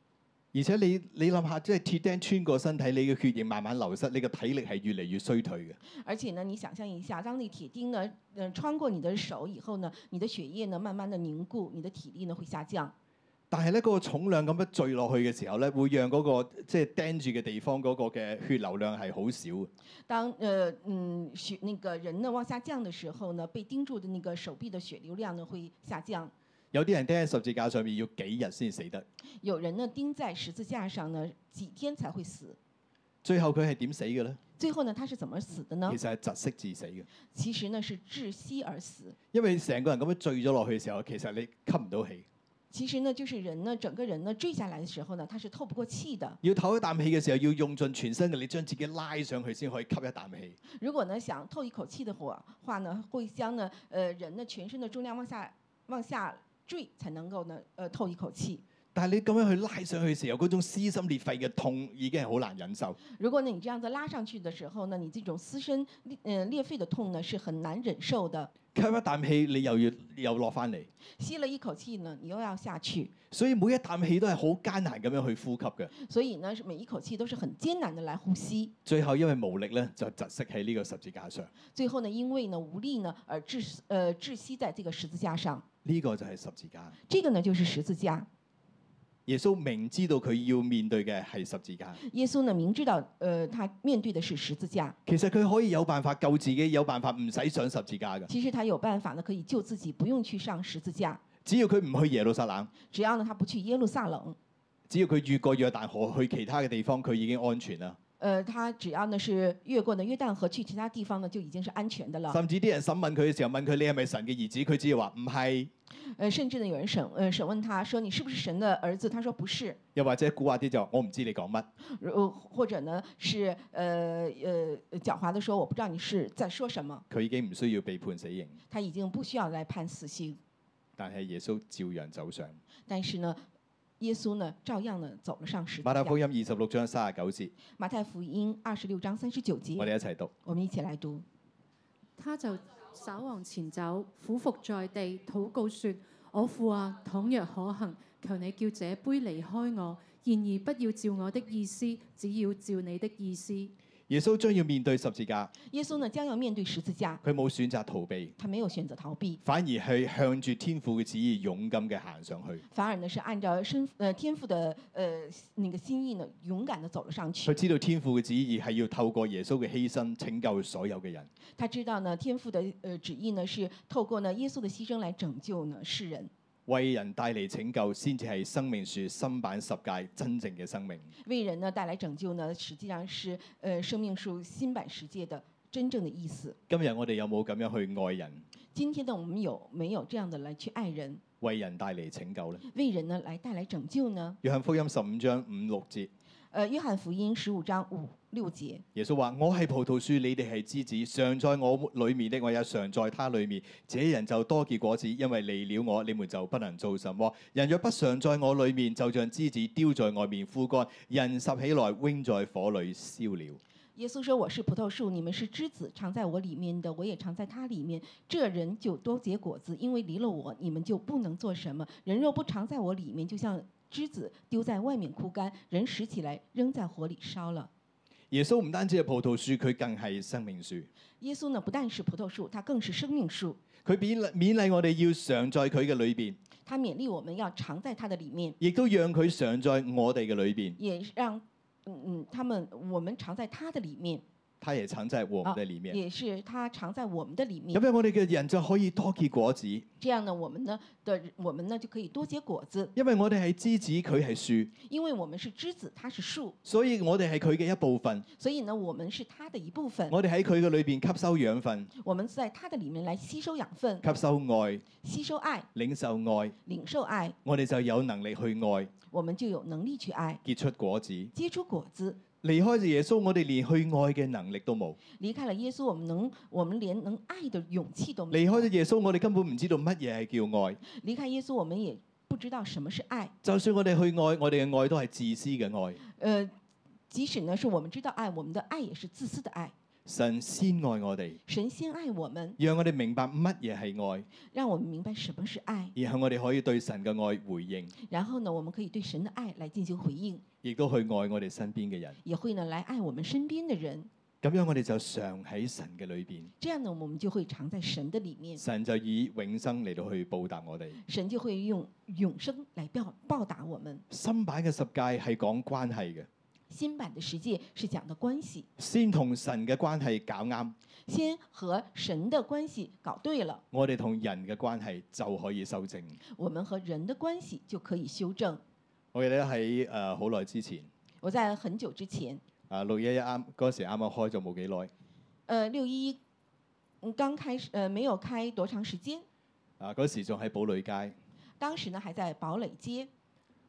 F: 而且你你諗下，即係鐵釘穿過身體，你嘅血液慢慢流失，你嘅體力係越嚟越衰退嘅。
G: 而且呢，你想象一下，当那铁钉呢，呃，穿过你的手以后呢，你的血液呢慢慢的凝固，你的体力呢会下降。
F: 但係咧，嗰、個重量咁樣墜落去嘅時候咧，會讓嗰、個即係釘住嘅地方嗰個嘅血流量係好少嘅。
G: 当呃嗯血那个人呢往下降的时候呢，被钉住的那个手臂的血流量呢会下降。
F: 有啲人釘喺十字架上面要幾日先死得，
G: 有人呢钉在十字架上呢几天才会死。
F: 最後佢係點死嘅咧？
G: 最后呢，他是怎么死的呢
F: 其？實係窒息致死嘅，
G: 其实呢是窒息而死。
F: 因為成個人咁樣墜咗落去嘅時候，其實你吸唔到氣。
G: 其实呢，就是人呢，整个人呢坠下来的时候呢，他是透不过气的。
F: 要唞一啖氣嘅時候，要用盡全身嘅力將自己拉上去先可以吸一啖氣。
G: 如果呢想透一口气的话话呢，会将呢呃人呢全身的重量往下往下坠，才能够呢呃透一口气。
F: 但係你咁樣去拉上去嘅時候，嗰種撕心裂肺嘅痛已經係好難忍受。
G: 如果呢你这样子拉上去的时候呢，你这种撕身裂呃裂肺的痛呢是很难忍受的。
F: 吸一啖氣，你又要又落翻嚟，
G: 吸了一口气呢，你又要下去，
F: 所以每一啖氣都係好艱難咁樣去呼吸嘅。
G: 所以呢是每一口氣都是很艰难的来呼吸。
F: 最後因為無力咧，就窒息喺呢個十字架上。
G: 最后呢，因为呢无力呢而窒息呃窒息在这个十字架上。
F: 呢、個就係十字架。
G: 这个呢就是十字架。
F: 耶穌明知道佢要面對嘅係十字架，
G: 耶稣呢，明知道，呃，他面對的是十字架，
F: 其實佢可以有辦法救自己，有辦法唔使上十字架嘅。
G: 其实他有辦法呢，可以救自己，不用去上十字架。
F: 只要佢唔去耶路撒冷，
G: 只要呢，他不去耶路撒冷，
F: 只要佢越過約旦河去其他嘅地方，佢已經安全啦。
G: 呃，他只要呢是越过呢约旦河去其他地方呢，就已经是安全的了。
F: 甚至啲人審問佢嘅時候，問佢你係咪神嘅兒子，佢只係話唔係，
G: 呃，甚至呢，有人審，呃，審問他说你是不是神的兒子？他说不是，
F: 又或者古惑啲就話我唔知你講乜。
G: 呃，或者呢是呃呃狡猾的说我不知道你是在说什么。
F: 佢已經唔需要被判死刑，
G: 他已經不需要来判死刑，
F: 但係耶穌照樣走上。
G: 但是呢，耶穌呢照樣呢走了上十字
F: 馬太
G: 架
F: 福。音二十六章三十九節，
G: 馬太福音二十六章三十九节
F: 我。哋一齊讀。
G: 我们一起来读。
H: 他就稍往前走，俯伏在地，禱告說：我父啊，倘若可行，求你叫這杯離開我。然而不要照我的意思，只要照你的意思。
F: 耶穌將要面對十字架，
G: 耶稣呢将要面对十字架，
F: 佢冇選擇逃避，
G: 他没有选择逃避，
F: 反而係向住天父嘅旨意勇敢嘅行上去。
G: 反而呢是按照身呃天父的呃那个心意呢，勇敢的走了上
F: 佢
G: 去。
F: 知道天父嘅旨意係要透過耶穌嘅犧牲拯救所有嘅人。
G: 他知道呢天父的呃旨意呢是透过呢耶稣的犧牲来拯救呢世人，
F: 為人帶嚟拯救，先至係生命樹新版十戒真正嘅生命。
G: 为人呢带来拯救呢，实际上是呃生命树新版世界的真正的意思。
F: 今日我哋有冇咁樣去愛人，
G: 今天的我们有没有这样的来去爱人，
F: 為人帶嚟拯救呢？
G: 为人呢来带来拯救呢？
F: 約翰福音十五章五六節，
G: 呃，约翰福音十五章五六节，
F: 耶穌話：我係葡萄樹，你哋係枝子，常在我裏面的，我也常在他裏面。這人就多結果子，因為離了我，你們就不能做什麼。人若不常在我裏面，就像枝子丟在外面枯乾，人拾起來扔在火裏燒了。
G: 耶稣说：“我是葡萄树，你们是枝子，常在我里面的，我也常在它里面。这人就多结果子，因为离了我，你们就不能做什么。人若不常在我里面，就像枝子丢在外面枯干，人拾起来扔在火里烧了。”
F: 耶穌唔單止係葡萄樹，佢更係生命樹。
G: 耶稣呢，不但是葡萄树，他更是生命树。
F: 佢勉勵勉勵我哋要常在佢嘅裏邊，
G: 他勉励我们要常在他的里面，
F: 亦都讓佢常在我哋嘅裏邊。
G: 也让嗯嗯他们我们常在他的里面，
F: 他也藏在我們的裡面。
G: 也是他常在我们的里
F: 咁
G: 面。
F: 樣我哋嘅人就可以多結果子，因
G: 这样呢，我們呢的我們呢就可以多结果子，
F: 為我哋係枝子，佢係樹，
G: 因為我們是枝子，它是树，
F: 所以我哋係佢嘅一部分。
G: 所以呢，我們是它的一部分。
F: 我哋喺佢嘅裏邊吸收養分、
G: 我们在它的里面来吸收养分，
F: 吸收愛、
G: 吸收爱，
F: 領受愛，
G: 领受爱，
F: 我哋就有能力去愛，
G: 我们就有能力去爱，
F: 結出果子。
G: 结出果子。
F: 離開耶穌，我哋連去愛嘅能力都冇。
G: 离开了耶稣，我们能，我们連能愛的勇氣都沒
F: 離開
G: 有
F: 咗。耶穌，我哋根本唔知道乜嘢係叫愛。
G: 離開耶穌，我們也不知道什麼是愛。
F: 就算我哋去愛，我哋嘅愛都係自私嘅愛。
G: 呃，即使呢是我们知道愛，我们的愛也是自私的愛。
F: 神先愛我哋。
G: 神先愛我們，
F: 讓我哋明白乜嘢係愛，
G: 讓我們明白什麼是愛，
F: 然後我哋可以對神嘅愛回應，
G: 然後呢，我們可以對神的愛來進行回應，
F: 亦都去愛我哋身邊嘅人。
G: 也會呢来愛我們身邊的人。
F: 咁樣我哋就常喺神嘅裏邊，
G: 这样呢，我们就會藏在神的里面，
F: 神就以永生嚟到去報答我哋。
G: 神就會用永生來報报答我们。
F: 新版嘅十戒係講關係嘅，
G: 新版的十诫是讲的關係，
F: 先同神嘅關係搞啱，
G: 先和神的關係搞對了，
F: 我哋同人嘅關係就可以修正。
G: 我们和人的關係就可以修正。
F: 我記得喺誒好耐之前，
G: 我在很久之前，
F: 啊六一一啱嗰時啱啱開咗冇幾耐，
G: 呃，六一一嗯刚开始，呃，没有開多長時間，
F: 啊嗰時仲喺堡壘街，
G: 當時呢還在堡壘街，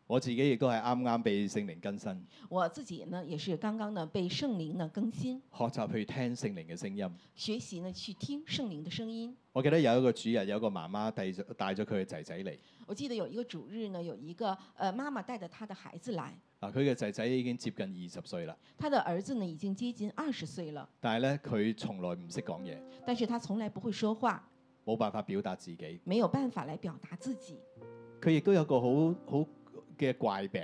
F: 我自己亦都係啱啱被聖靈更新，
G: 我自己呢也是剛剛呢被聖靈呢更新，
F: 學習去聽聖靈嘅聲音。
G: 學習呢去聽聖靈的聲音。
F: 我記得有一個主日，有一個媽媽帶咗帶咗佢嘅仔仔嚟。
G: 我記得有一個主日呢，有一個呃媽媽帶着她的孩子來，
F: 啊，佢嘅仔仔已經接近二十歲啦，
G: 她的兒子呢已經接近二十歲了，
F: 但係咧佢從來唔識講嘢，
G: 但是他從來不會說話，
F: 冇辦法表達自己。
G: 沒有辦法來表達自己。
F: 佢亦都有個好好嘅怪病，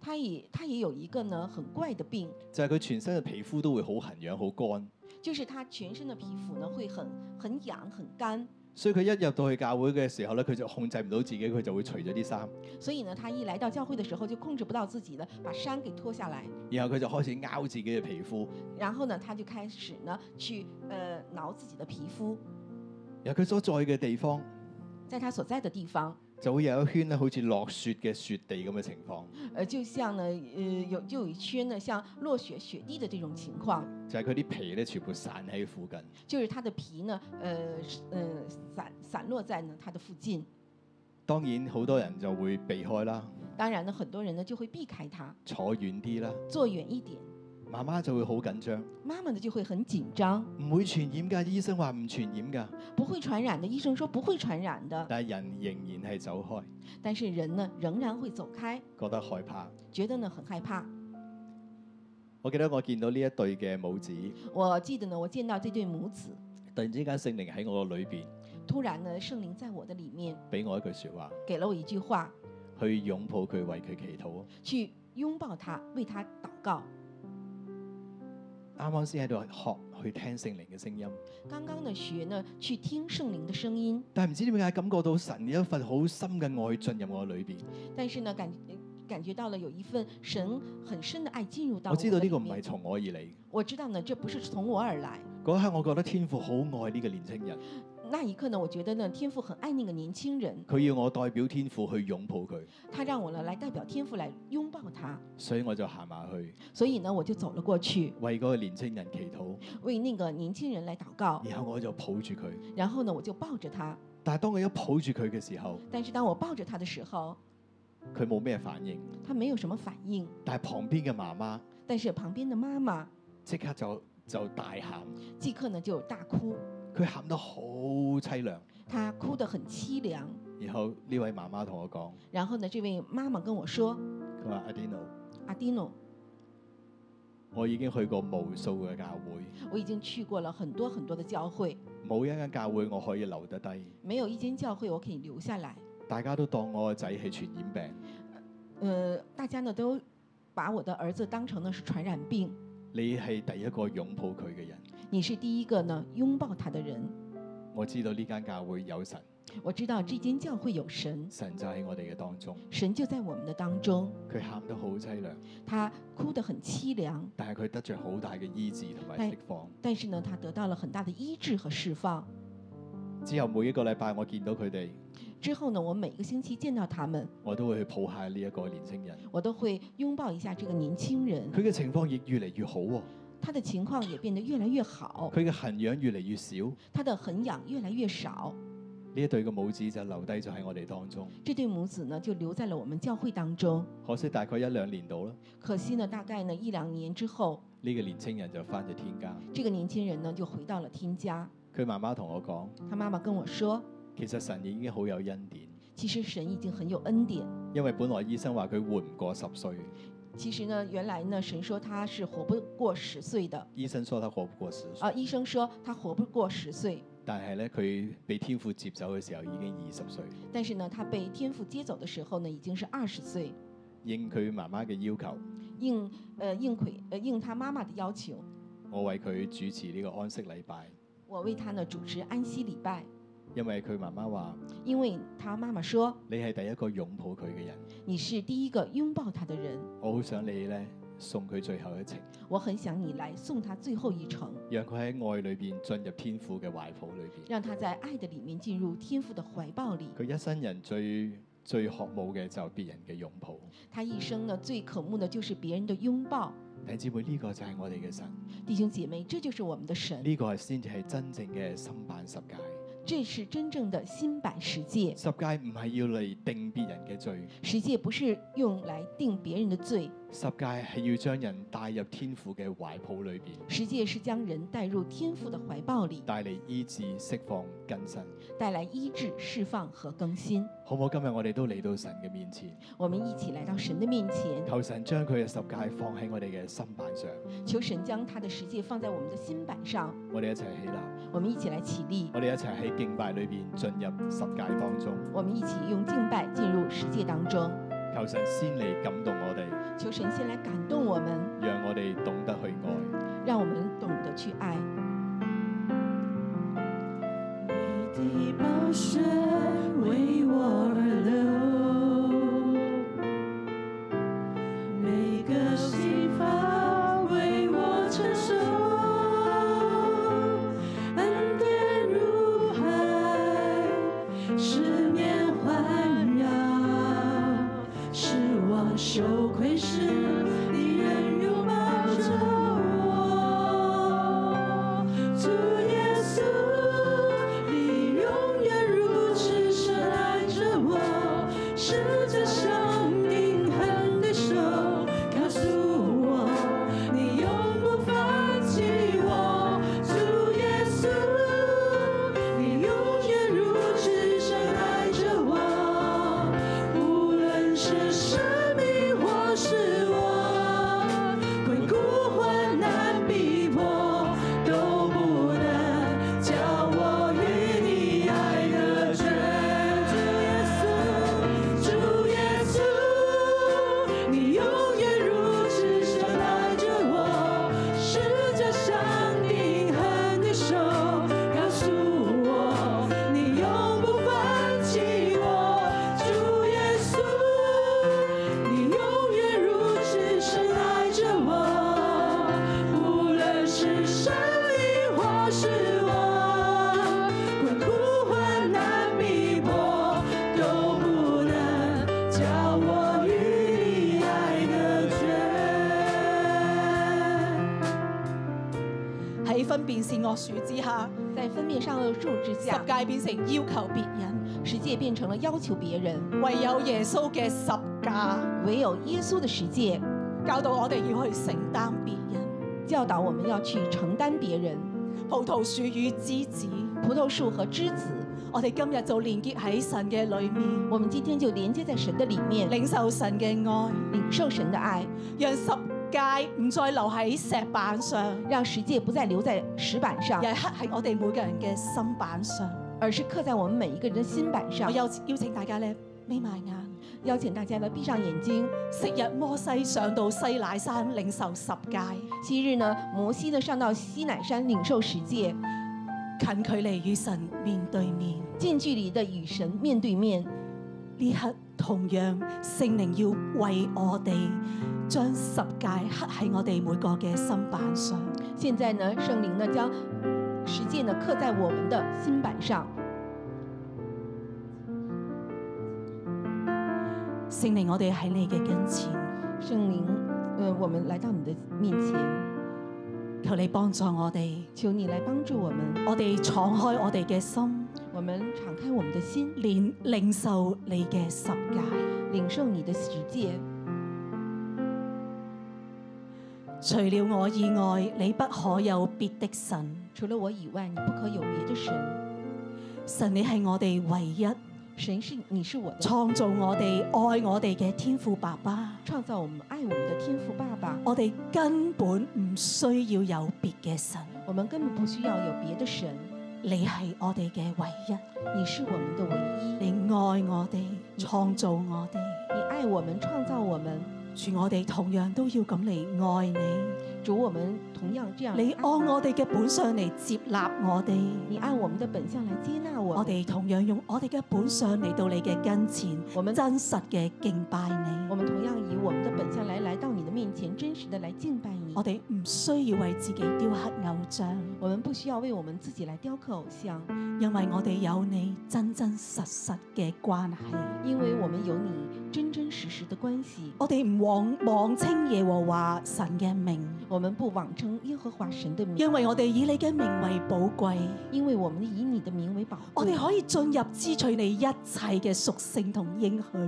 G: 他也他也有一個呢很怪的病，
F: 就係、佢全身嘅皮膚都會好痕癢、好乾。
G: 就是他全身的皮膚呢會很很癢很乾，
F: 所以佢一入到去教會嘅時候咧，佢就控制唔到自己，佢就會除咗啲衫，
G: 所以呢他一來到教會的時候就控制不到自己的，把衫給脫下來，
F: 然後佢就開始撓自己嘅皮膚，
G: 然後呢他就開始呢去呃挠自己的皮膚，
F: 然後佢所在嘅地方
G: 在他所在的地方，
F: 就會有一圈咧好似落雪嘅雪地咁嘅情況，
G: 呃就像呢呃有就有一圈呢像落雪雪地的這種情況。
F: 就係佢啲皮咧全部散喺附近。
G: 就是它的皮呢，呃是呃散散落在呢它的附近。
F: 當然好多人就會避開啦，
G: 當然呢，很多人呢就會避開它，
F: 坐遠啲啦。
G: 坐遠一點。
F: 媽媽就會好緊張，
G: 媽媽呢就會很緊張，
F: 唔會傳染㗎。醫生話唔傳染㗎，
G: 不會傳染的。醫生說不會傳染的，
F: 但係人仍然係走開，
G: 但是人呢仍然會走開，
F: 覺得害怕。
G: 覺得呢很害怕。
F: 我記得我見到呢一對嘅母子，
G: 我記得呢，我見到這對母子，
F: 突然之間聖靈喺我個裏邊
G: 突然呢聖靈在我的裡面
F: 俾我一句説話，
G: 給了我一句話，
F: 去擁抱佢，為佢祈禱。
G: 去擁抱他，為他禱告。
F: 啱啱先喺度學去聽聖靈嘅聲音，
G: 刚刚的学呢，去聽聖靈的聲音，
F: 但係唔知點解感覺到神有一份好深嘅愛進入我裏邊。
G: 但是呢，感感覺到了有一份神很深的愛進入到
F: 我知道
G: 的
F: 呢
G: 裡
F: 個唔
G: 面
F: 係從我而嚟。
G: 我知道呢，這不是從我而來。
F: 嗰一刻，我覺得天父好愛呢個年青人，
G: 那一刻呢，我覺得呢，天父很愛那個年輕人，
F: 佢要我代表天父去擁抱佢，
G: 他讓我呢來代表天父來擁抱他，
F: 所以我就行埋去
G: 所以呢，我就走了過去，
F: 為嗰個年青人祈禱，
G: 為那個年輕人來禱告，
F: 然後我就抱住佢。
G: 然後呢，我就抱着他。
F: 但係當我一抱住佢嘅時候，
G: 但是當我抱着他的時候，
F: 佢冇咩反應，
G: 他沒有什麼反應，
F: 但係旁邊嘅媽媽
G: 但是旁邊的媽媽
F: 即刻就就大喊，
G: 即刻呢就大哭，
F: 佢喊得好凄涼。
G: 她哭得很凄涼。
F: 然後呢位媽媽同我講，
G: 然後呢，這位媽媽跟我說
F: 佢話：阿 Dino，：“
G: 阿迪諾，
F: 我已經去過無數嘅教會，
G: 我已經去過了很多很多的教會，
F: 冇一間教會我可以留得低，
G: 沒有一間教會我可以留下來。
F: 大家都當我個仔係傳染病。
G: 呃，大家呢都把我的兒子當成呢是傳染病。
F: 你係第一個擁抱佢嘅人。
G: 你是第一個呢擁抱他的人。
F: 我知道呢間教會有神，
G: 我知道這間教會有神，
F: 神就喺我哋嘅當中。
G: 神就在我們的當中。
F: 佢喊得好凄涼，
G: 他哭得很凄涼，
F: 但係佢得着好大嘅醫治同埋釋放。
G: 但是呢，他得到了很大的醫治和釋放。
F: 之後每一個禮拜我見到佢哋，
G: 之後呢，我每個星期見到他們，
F: 我都會去抱下呢一個年青人。
G: 我都會擁抱一下這個年輕人。
F: 佢嘅情況亦越嚟越好喎、
G: 他的情況也變得越來越好，
F: 佢嘅痕癢越嚟越少。
G: 他的痕癢越來越少。
F: 呢一對嘅母子就留低咗喺我哋當中。
G: 這對母子呢，就留在了我們教會當中。
F: 可惜大概一兩年到啦，
G: 可惜呢，大概呢一兩年之後，
F: 呢、個年青人就翻咗天家。
G: 這個年輕人呢就回到了天家。
F: 佢媽媽同我講，
G: 他媽媽跟我說，
F: 其實神已經好有恩典，
G: 其實神已經很有恩典。
F: 因為本來醫生話佢活唔過十歲，
G: 其實呢，原來呢，神說他是活不過十歲的，
F: 醫生說他活唔過十歲。
G: 啊，醫生说他活不過十歲，
F: 但係咧，佢被天父接走嘅時候已經二十歲，
G: 但是呢，他被天父接走的時候呢，已經是二十歲。
F: 應佢媽媽嘅要求，
G: 應呃應奎呃應他媽媽的要求，
F: 我為佢主持呢個安息禮拜，
G: 我為他呢主持安息禮拜，
F: 因為佢媽媽話
G: 因為他媽媽說
F: 你係第一個擁抱佢嘅人，
G: 你是第一個擁抱他的人，
F: 我好想你咧送佢最後一程，
G: 我很想你來送他最後一程，
F: 讓佢喺愛裏邊進入天父嘅懷抱裏邊。
G: 讓他在愛的裡面進入天父的懷抱裡。
F: 佢一生人最最渴慕嘅就係別人嘅擁抱。
G: 他一生呢最渴慕的就是別人的擁抱。
F: 弟兄姊妹，呢、個就係我哋嘅神，呢、
G: 弟兄姐妹，這就是我們的神，
F: 個係先至係真正嘅心版十戒。
G: 這是真正的新版十戒。
F: 十戒唔係要嚟定別人嘅罪，
G: 十戒不是用來定別人的罪，
F: 十戒係要將人帶入天父嘅懷抱裏邊，
G: 十戒是將人帶入天父的懷抱裡，
F: 帶嚟醫治、釋放、更新。
G: 帶來醫治、釋放和更新。
F: 好唔好？今日我哋都嚟到神嘅面前，
G: 我們一起來到神的面前，
F: 求神將佢嘅十戒放喺我哋嘅心板上。
G: 求神將他的十戒放在我們的心版上。
F: 我哋一齊起立，
G: 我們一起來起立，
F: 我哋一齊喺敬拜裏邊進入十戒當中。
G: 我們一起用敬拜進入十戒當中。
F: 求神先嚟感動我哋，
G: 求神先來感動我們，
F: 讓我哋懂得去愛。
G: 讓我們懂得去愛。
A: 你的宝血为我而流，每个细胞为我承受，恩典如海，失眠环绕，使我羞愧时，你仍拥抱着我。主耶稣，你永远如此深爱分辨善惡樹之下，
G: 在分辨善恶树之
A: 十
G: 下，
A: 戒變成要求別人，
G: 十戒变成了要求别人，
A: 唯有耶穌嘅十架
G: 唯有耶稣的十戒
A: 教導我哋要去承擔別人。
G: 教导我们要去承担别人。
A: 葡萄樹與枝子，
G: 葡萄树和枝子，
A: 我哋今日就連結喺神嘅裏面，
G: 我们今天就连接在神的里面，
A: 領受神嘅愛，
G: 领受神的愛，
A: 讓十戒唔再留喺石板上，
G: 讓十戒不再留在石板上，
A: 而係刻喺我哋每個人嘅心板上。
G: 而是刻在我们每一个人的心板
A: 我
G: 上。
A: 邀邀請大家咧，眯埋眼。
G: 邀请大家呢闭上眼睛。
A: 昔日摩西上到西乃山領受十戒，
G: 昔日呢，摩西呢上到西乃山领受十戒，
A: 近距離與神面對面。
G: 近距离的与神面对面。
A: 呢刻同樣聖靈要為我哋將十戒刻喺我哋每個嘅心板上。
G: 现在呢，圣灵呢将十戒呢刻在我们的心板上。
A: 聖靈，我哋喺你嘅跟前，
G: 圣灵，呃，我们来到你的面前，
A: 求你幫助我哋，
G: 求你来帮助我们，
A: 我哋敞開我哋嘅心，
G: 我们敞开我们的心，
A: 連領受你嘅十戒。
G: 领受你的十戒。
A: 除了我以外，你不可有別的神。
G: 除了我以外，你不可有别的神。
A: 神，你係我哋唯一
G: 神是你是我的，
A: 創造我哋、愛我哋嘅天父爸爸。
G: 创造我们、爱我们的天父爸爸。
A: 我哋根本唔需要有別嘅神，
G: 我们根本不需要有别的神，
A: 你係我哋嘅唯一。
G: 你是我们的唯一。
A: 你愛我哋，創造我哋，
G: 你爱我们，创造我们，
A: 主我哋同樣都要咁嚟愛你。
G: 主我们同样这样
A: 你按
G: 爱
A: 我哋嘅本相嚟接納我哋，
G: 你按我们的本相来接纳我
A: 我
G: 们。
A: 哋同樣用我哋嘅本相嚟到你嘅跟前，
G: 我们
A: 真實嘅敬拜
G: 我
A: 你。
G: 们同样以我们的本相来来到你的面前，真实的来敬拜你。
A: 我哋唔需要為自己雕刻偶像，
G: 我们不需要為我们自己來雕刻偶像，
A: 因為我哋有你真真實實嘅關係。
G: 因為我們有你真真實實的關係。
A: 我哋唔妄妄稱耶和華神嘅名，
G: 我們不妄稱耶和華神的名，
A: 因為我哋以你嘅名為寶貴。
G: 因為我們以你的名為寶
A: 我哋
G: 貴。
A: 可以進入支取你一切嘅屬性同應許。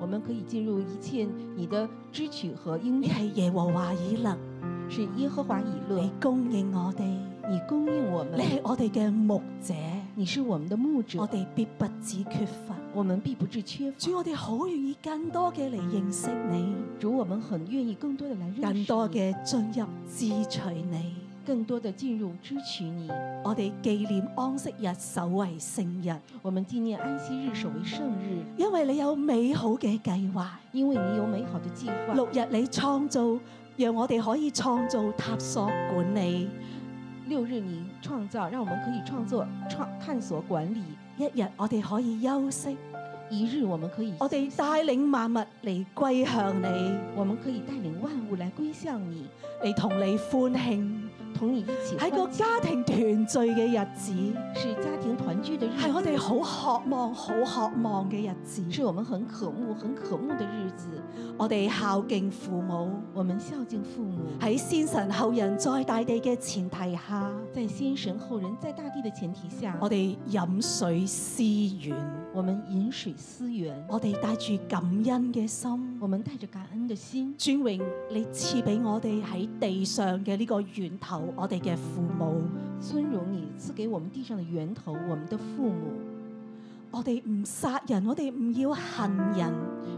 G: 我們可以進入一切你的支取和應
A: 你
G: 許，
A: 係耶和華以勒，
G: 是耶和華以勒
A: 你，供應我哋，
G: 你供應我
A: 你
G: 們，
A: 係我哋嘅牧者，
G: 你是我們的牧者
A: 我，哋必不致缺乏。
G: 我們必不致缺乏。
A: 主，我哋好願意更多嘅嚟認識你，
G: 主，我們很願意更多的來認識
A: 更
G: 你
A: 多嘅進入支取你。
G: 更多的進入支取你。
A: 我哋紀念安息日，守為聖日，
G: 我們紀念安息日，守為聖日，
A: 因為你有美好嘅計劃。
G: 因為你有美好的計劃。
A: 六日你創造，讓我哋可以創造塔索管理。
G: 六日你创造，让我们可以创作、创探索、管理。
A: 一日我哋可以休息，
G: 一日我们可以，
A: 我哋帶領萬物嚟歸向你，
G: 我们可以带领万物来归向你，
A: 嚟同你歡慶。
G: 同你一起
A: 喺個
G: 欢庆
A: 家庭團聚嘅日子，
G: 是家庭团聚的日子，
A: 係我哋好渴望、好渴望嘅日子。
G: 是我们很渴慕、很渴慕的日子。
A: 我哋孝敬父母，
G: 我们孝敬父母，
A: 喺先神後人在大地嘅前提下，
G: 在先神后人，在大地的前提下，
A: 我哋飲水思源，
G: 我们饮水思源，
A: 我哋帶住感恩嘅心
G: 我。们带着感恩的心。
A: 尊榮，你賜俾我哋喺地上嘅呢個源頭，我哋嘅父母。
G: 尊荣你赐给我们地上的源头，我们的父母。
A: 我哋唔殺人，我哋唔要恨人，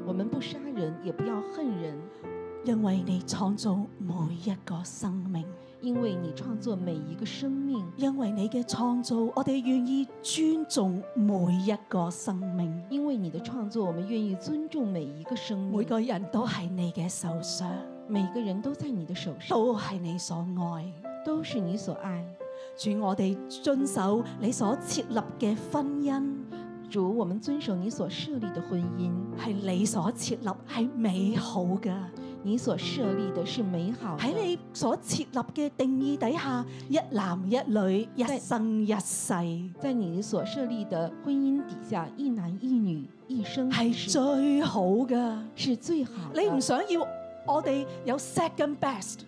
G: 我们不杀人，也不要恨人，
A: 因為你創造每一個生命，
G: 因为你创作每一个生命。
A: 因為你嘅創造，我哋願意尊重每一個生命。
G: 因为你的创作，我们愿意尊重每一个生命，
A: 每個人都係你嘅手上，
G: 每个人都在你的手上，
A: 都係你所愛。
G: 都是你所爱。
A: 主，我哋遵守你所設立嘅婚姻，
G: 主，我们遵守你所设立的婚姻，
A: 係你所設立係美好嘅。
G: 你所设立的是美好的。
A: 喺你所設立嘅定義底下，一男一女，一生一世，
G: 在你所设立的婚姻底下，一男一女，一生一
A: 係
G: 世，
A: 最好噶。
G: 是最好的。
A: 你唔想要我哋有 second best，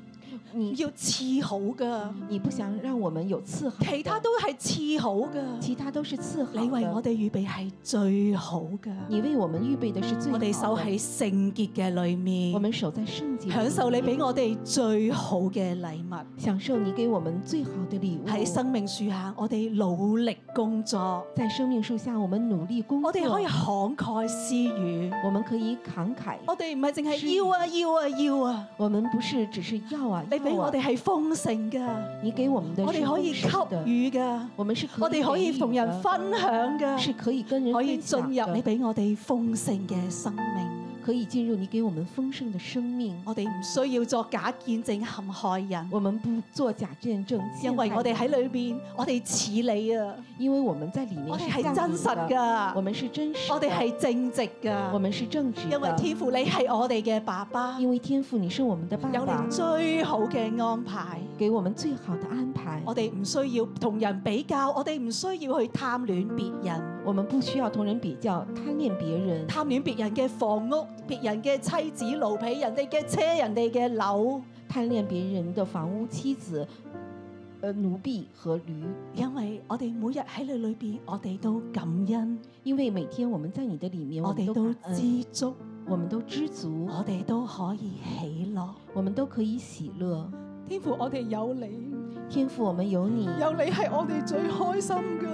G: 你
A: 要刺好噶，
G: 你不想让我们有刺痕，
A: 其他都係刺好噶。
G: 其他都是刺痕的。
A: 你為我哋預備係最好噶，
G: 你为我们预备的是最好
A: 我
G: 的
A: 哋守喺聖潔嘅裏
G: 我
A: 面，
G: 们守在圣洁里，
A: 享受你俾我哋最好嘅禮物。
G: 享受你给我们最好的礼物。
A: 喺生命樹下，我哋努力工作，
G: 在生命树下，我们努力工作，
A: 我哋可以慷慨施予，
G: 我们可以慷慨，
A: 我哋唔係淨係要啊要啊要啊，
G: 我们不是只是要啊，
A: 你俾
G: 要啊
A: 我哋，係豐盛噶，
G: 你给我们的，
A: 我哋可以給，予噶，
G: 我们是可以
A: 我哋可以同人
G: 给予的，
A: 分享噶，
G: 是可以跟人
A: 可以
G: 分
A: 進
G: 享
A: 入
G: 的
A: 你，俾我哋豐盛嘅生命，
G: 可以进入你给我们丰盛的生命。
A: 我哋唔需要作假見證陷害人。
G: 我们不做假见证，
A: 因為
G: 陷害
A: 我哋
G: 人
A: 喺裏邊，我哋似你啊，
G: 因为我们在里面
A: 我哋
G: 是
A: 係
G: 像
A: 真
G: 你
A: 實
G: 的，我
A: 噶，
G: 们是真实的，
A: 我哋係正直
G: 我
A: 噶，
G: 们是正直的，
A: 因為天父你係我哋嘅爸爸，
G: 因为天父你是我们的爸
A: 有
G: 爸
A: 你，最好嘅安排。
G: 给我们最好的安排。
A: 我哋唔需要同人比較，我哋唔需要去貪戀別人，
G: 我们不需要同人比較，貪戀別人，
A: 貪戀別人嘅房屋、別人嘅妻子、奴婢、人哋嘅車、人哋嘅樓，
G: 貪戀別人的房屋、妻子、呃奴婢和驴。
A: 因為我哋每日喺你裏邊，我哋都感恩，
G: 因為每天我們在你的里面，我
A: 我
G: 们
A: 哋
G: 都
A: 都
G: 感恩
A: 知足，
G: 我們都知足，
A: 我哋都可以喜樂。
G: 我們都可以喜樂。
A: 天父，我哋有你。
G: 天父，我們有你，
A: 有你係我哋最開心噶，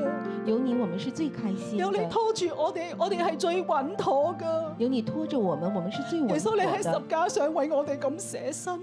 G: 有你，我們是最開心的。
A: 有你拖住我哋，我哋係最穩妥噶。
G: 有你拖着我們，我們是最穩
A: 耶穌你喺
G: 妥的
A: 十。架上為我哋咁捨身，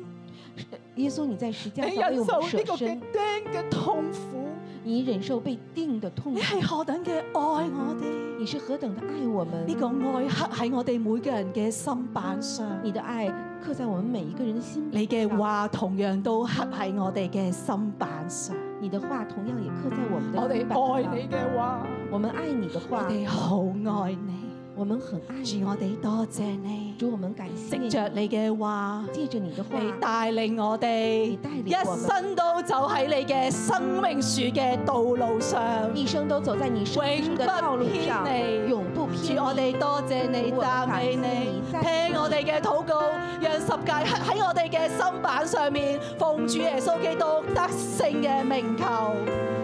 G: 耶穌，你在十字架
A: 你
G: 上
A: 忍
G: 為我
A: 哎受
G: 們
A: 呢個嘅
G: 捨身，
A: 釘嘅痛苦，
G: 你忍受被釘的痛
A: 你
G: 苦，
A: 係何等嘅愛我哋。
G: 你是何等的愛我
A: 呢
G: 們。
A: 個愛刻喺我哋每個人嘅心板上，
G: 你的愛刻在我們每一個人的心
A: 你
G: 里。
A: 嘅話同樣都刻喺我哋嘅心板上。
G: 你的話同樣也刻在我們的
A: 我哋
G: 心板上
A: 愛你嘅話，
G: 我們愛你的
A: 我
G: 話，
A: 哋好愛你。
G: 我們很愛你。
A: 主，我哋多謝你，
G: 主，我們感謝
A: 藉
G: 你，
A: 着你嘅話。
G: 借着你的話，
A: 你帶領我哋
G: 你帶，
A: 一
G: 領我們
A: 生都走喺你嘅生命樹嘅道路上，
G: 一生都走在你生命
A: 永
G: 的道
A: 不
G: 路
A: 偏
G: 上，
A: 離。
G: 永不
A: 主，
G: 偏
A: 我
G: 離。
A: 哋多謝你，讚美你，聽我哋嘅禱告，讓十戒刻喺我哋嘅心板上面，奉主耶穌基督得勝嘅名求，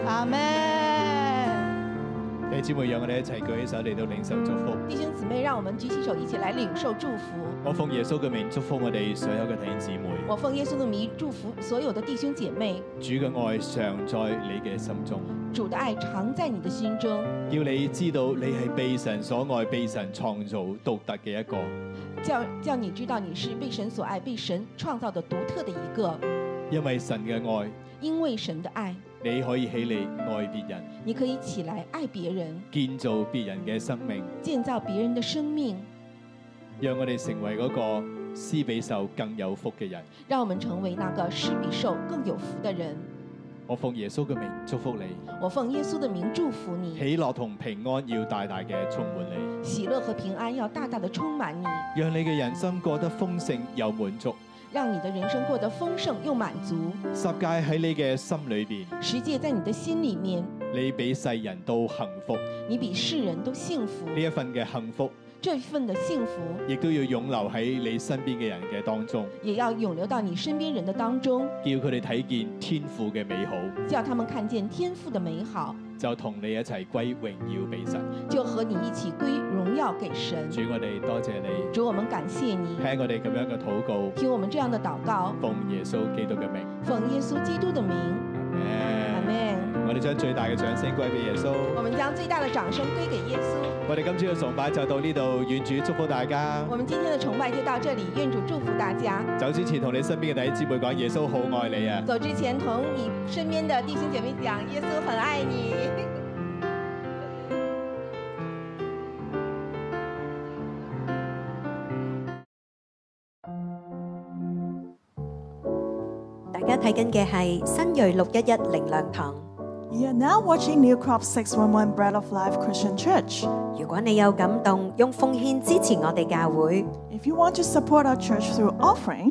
A: 阿門。
F: 弟兄姊妹，讓我哋一齊舉起手嚟到領受祝福。
G: 弟兄姊妹，让我们举起手，一起来领受祝福。
F: 我奉耶穌嘅名祝福我哋所有嘅弟兄姊妹。
G: 我奉耶稣的名祝福所有的弟兄姐妹，
F: 主嘅愛常在你嘅心中，
G: 主的爱常在你的心中，
F: 要你知道你係被神所愛、被神創造獨特嘅一個。
G: 叫叫你知道你是被神所爱、被神创造的独特的一个。
F: 因為神嘅愛，
G: 因为神的爱，
F: 你可以起嚟愛別人，
G: 你可以起来爱别人，
F: 建造別人嘅生命，
G: 建造别人的生命，
F: 讓我哋成為嗰個施比受更有福嘅人。
G: 让我们成为那个施比受更有福的人。
F: 我奉耶穌嘅名祝福你，
G: 我奉耶稣的名祝福你。
F: 喜樂同平安要大大嘅充滿你，
G: 喜乐和平安要大大的充满你，
F: 讓你嘅人生過得豐盛又滿足。
G: 让你的人生过得丰盛又满足。
F: 十戒喺你嘅心裏邊，
G: 十诫在你的心里面，
F: 你比世人都幸福。
G: 你比世人都幸福。
F: 呢一份嘅幸福，
G: 这份的幸福
F: 亦都要湧流喺你身邊嘅人嘅當中，
G: 也要涌流到你身边人的当中，
F: 叫佢哋睇見天父嘅美好，
G: 叫他们看见天赋的美好，
F: 就同你一齊歸榮耀俾神。
G: 就和你一起归荣耀给神。
F: 主，我哋多謝你，
G: 主，我们感谢你，
F: 聽我哋咁樣嘅禱告，
G: 听我们这样的祷告，
F: 奉耶穌基督嘅名。
G: 奉耶稣基督的名，阿
F: Amen
G: 门。
F: 我哋將最大嘅掌聲歸俾耶穌。
G: 我们将最大的掌聲歸给耶稣。
F: 我哋今朝嘅崇拜就到呢度，願主祝福大家。
G: 我们今天的崇拜就到这里，愿主祝福大家。
F: 走之前同你身邊嘅弟兄姊妹講，耶穌好愛你啊！
G: 走之前，同你身边的弟兄姐妹讲，耶稣很爱你。
H: 大家睇緊嘅係新锐六一一靈糧堂。
I: You are now watching New Crop 611 Bread of Life Christian Church.
H: 如果你有感動，用奉獻支持我哋教會，
I: If you want to support our church through offering,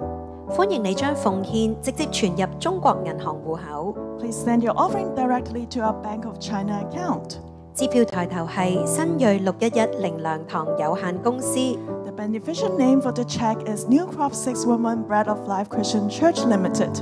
H: 歡迎你將奉獻直接存入中國銀行户口。
I: please send your offering directly to our Bank of China account.
H: 支票抬頭係新锐六一一靈糧堂有限公司。
I: The beneficial name for the check is New Crop 611 Bread of Life Christian Church Limited.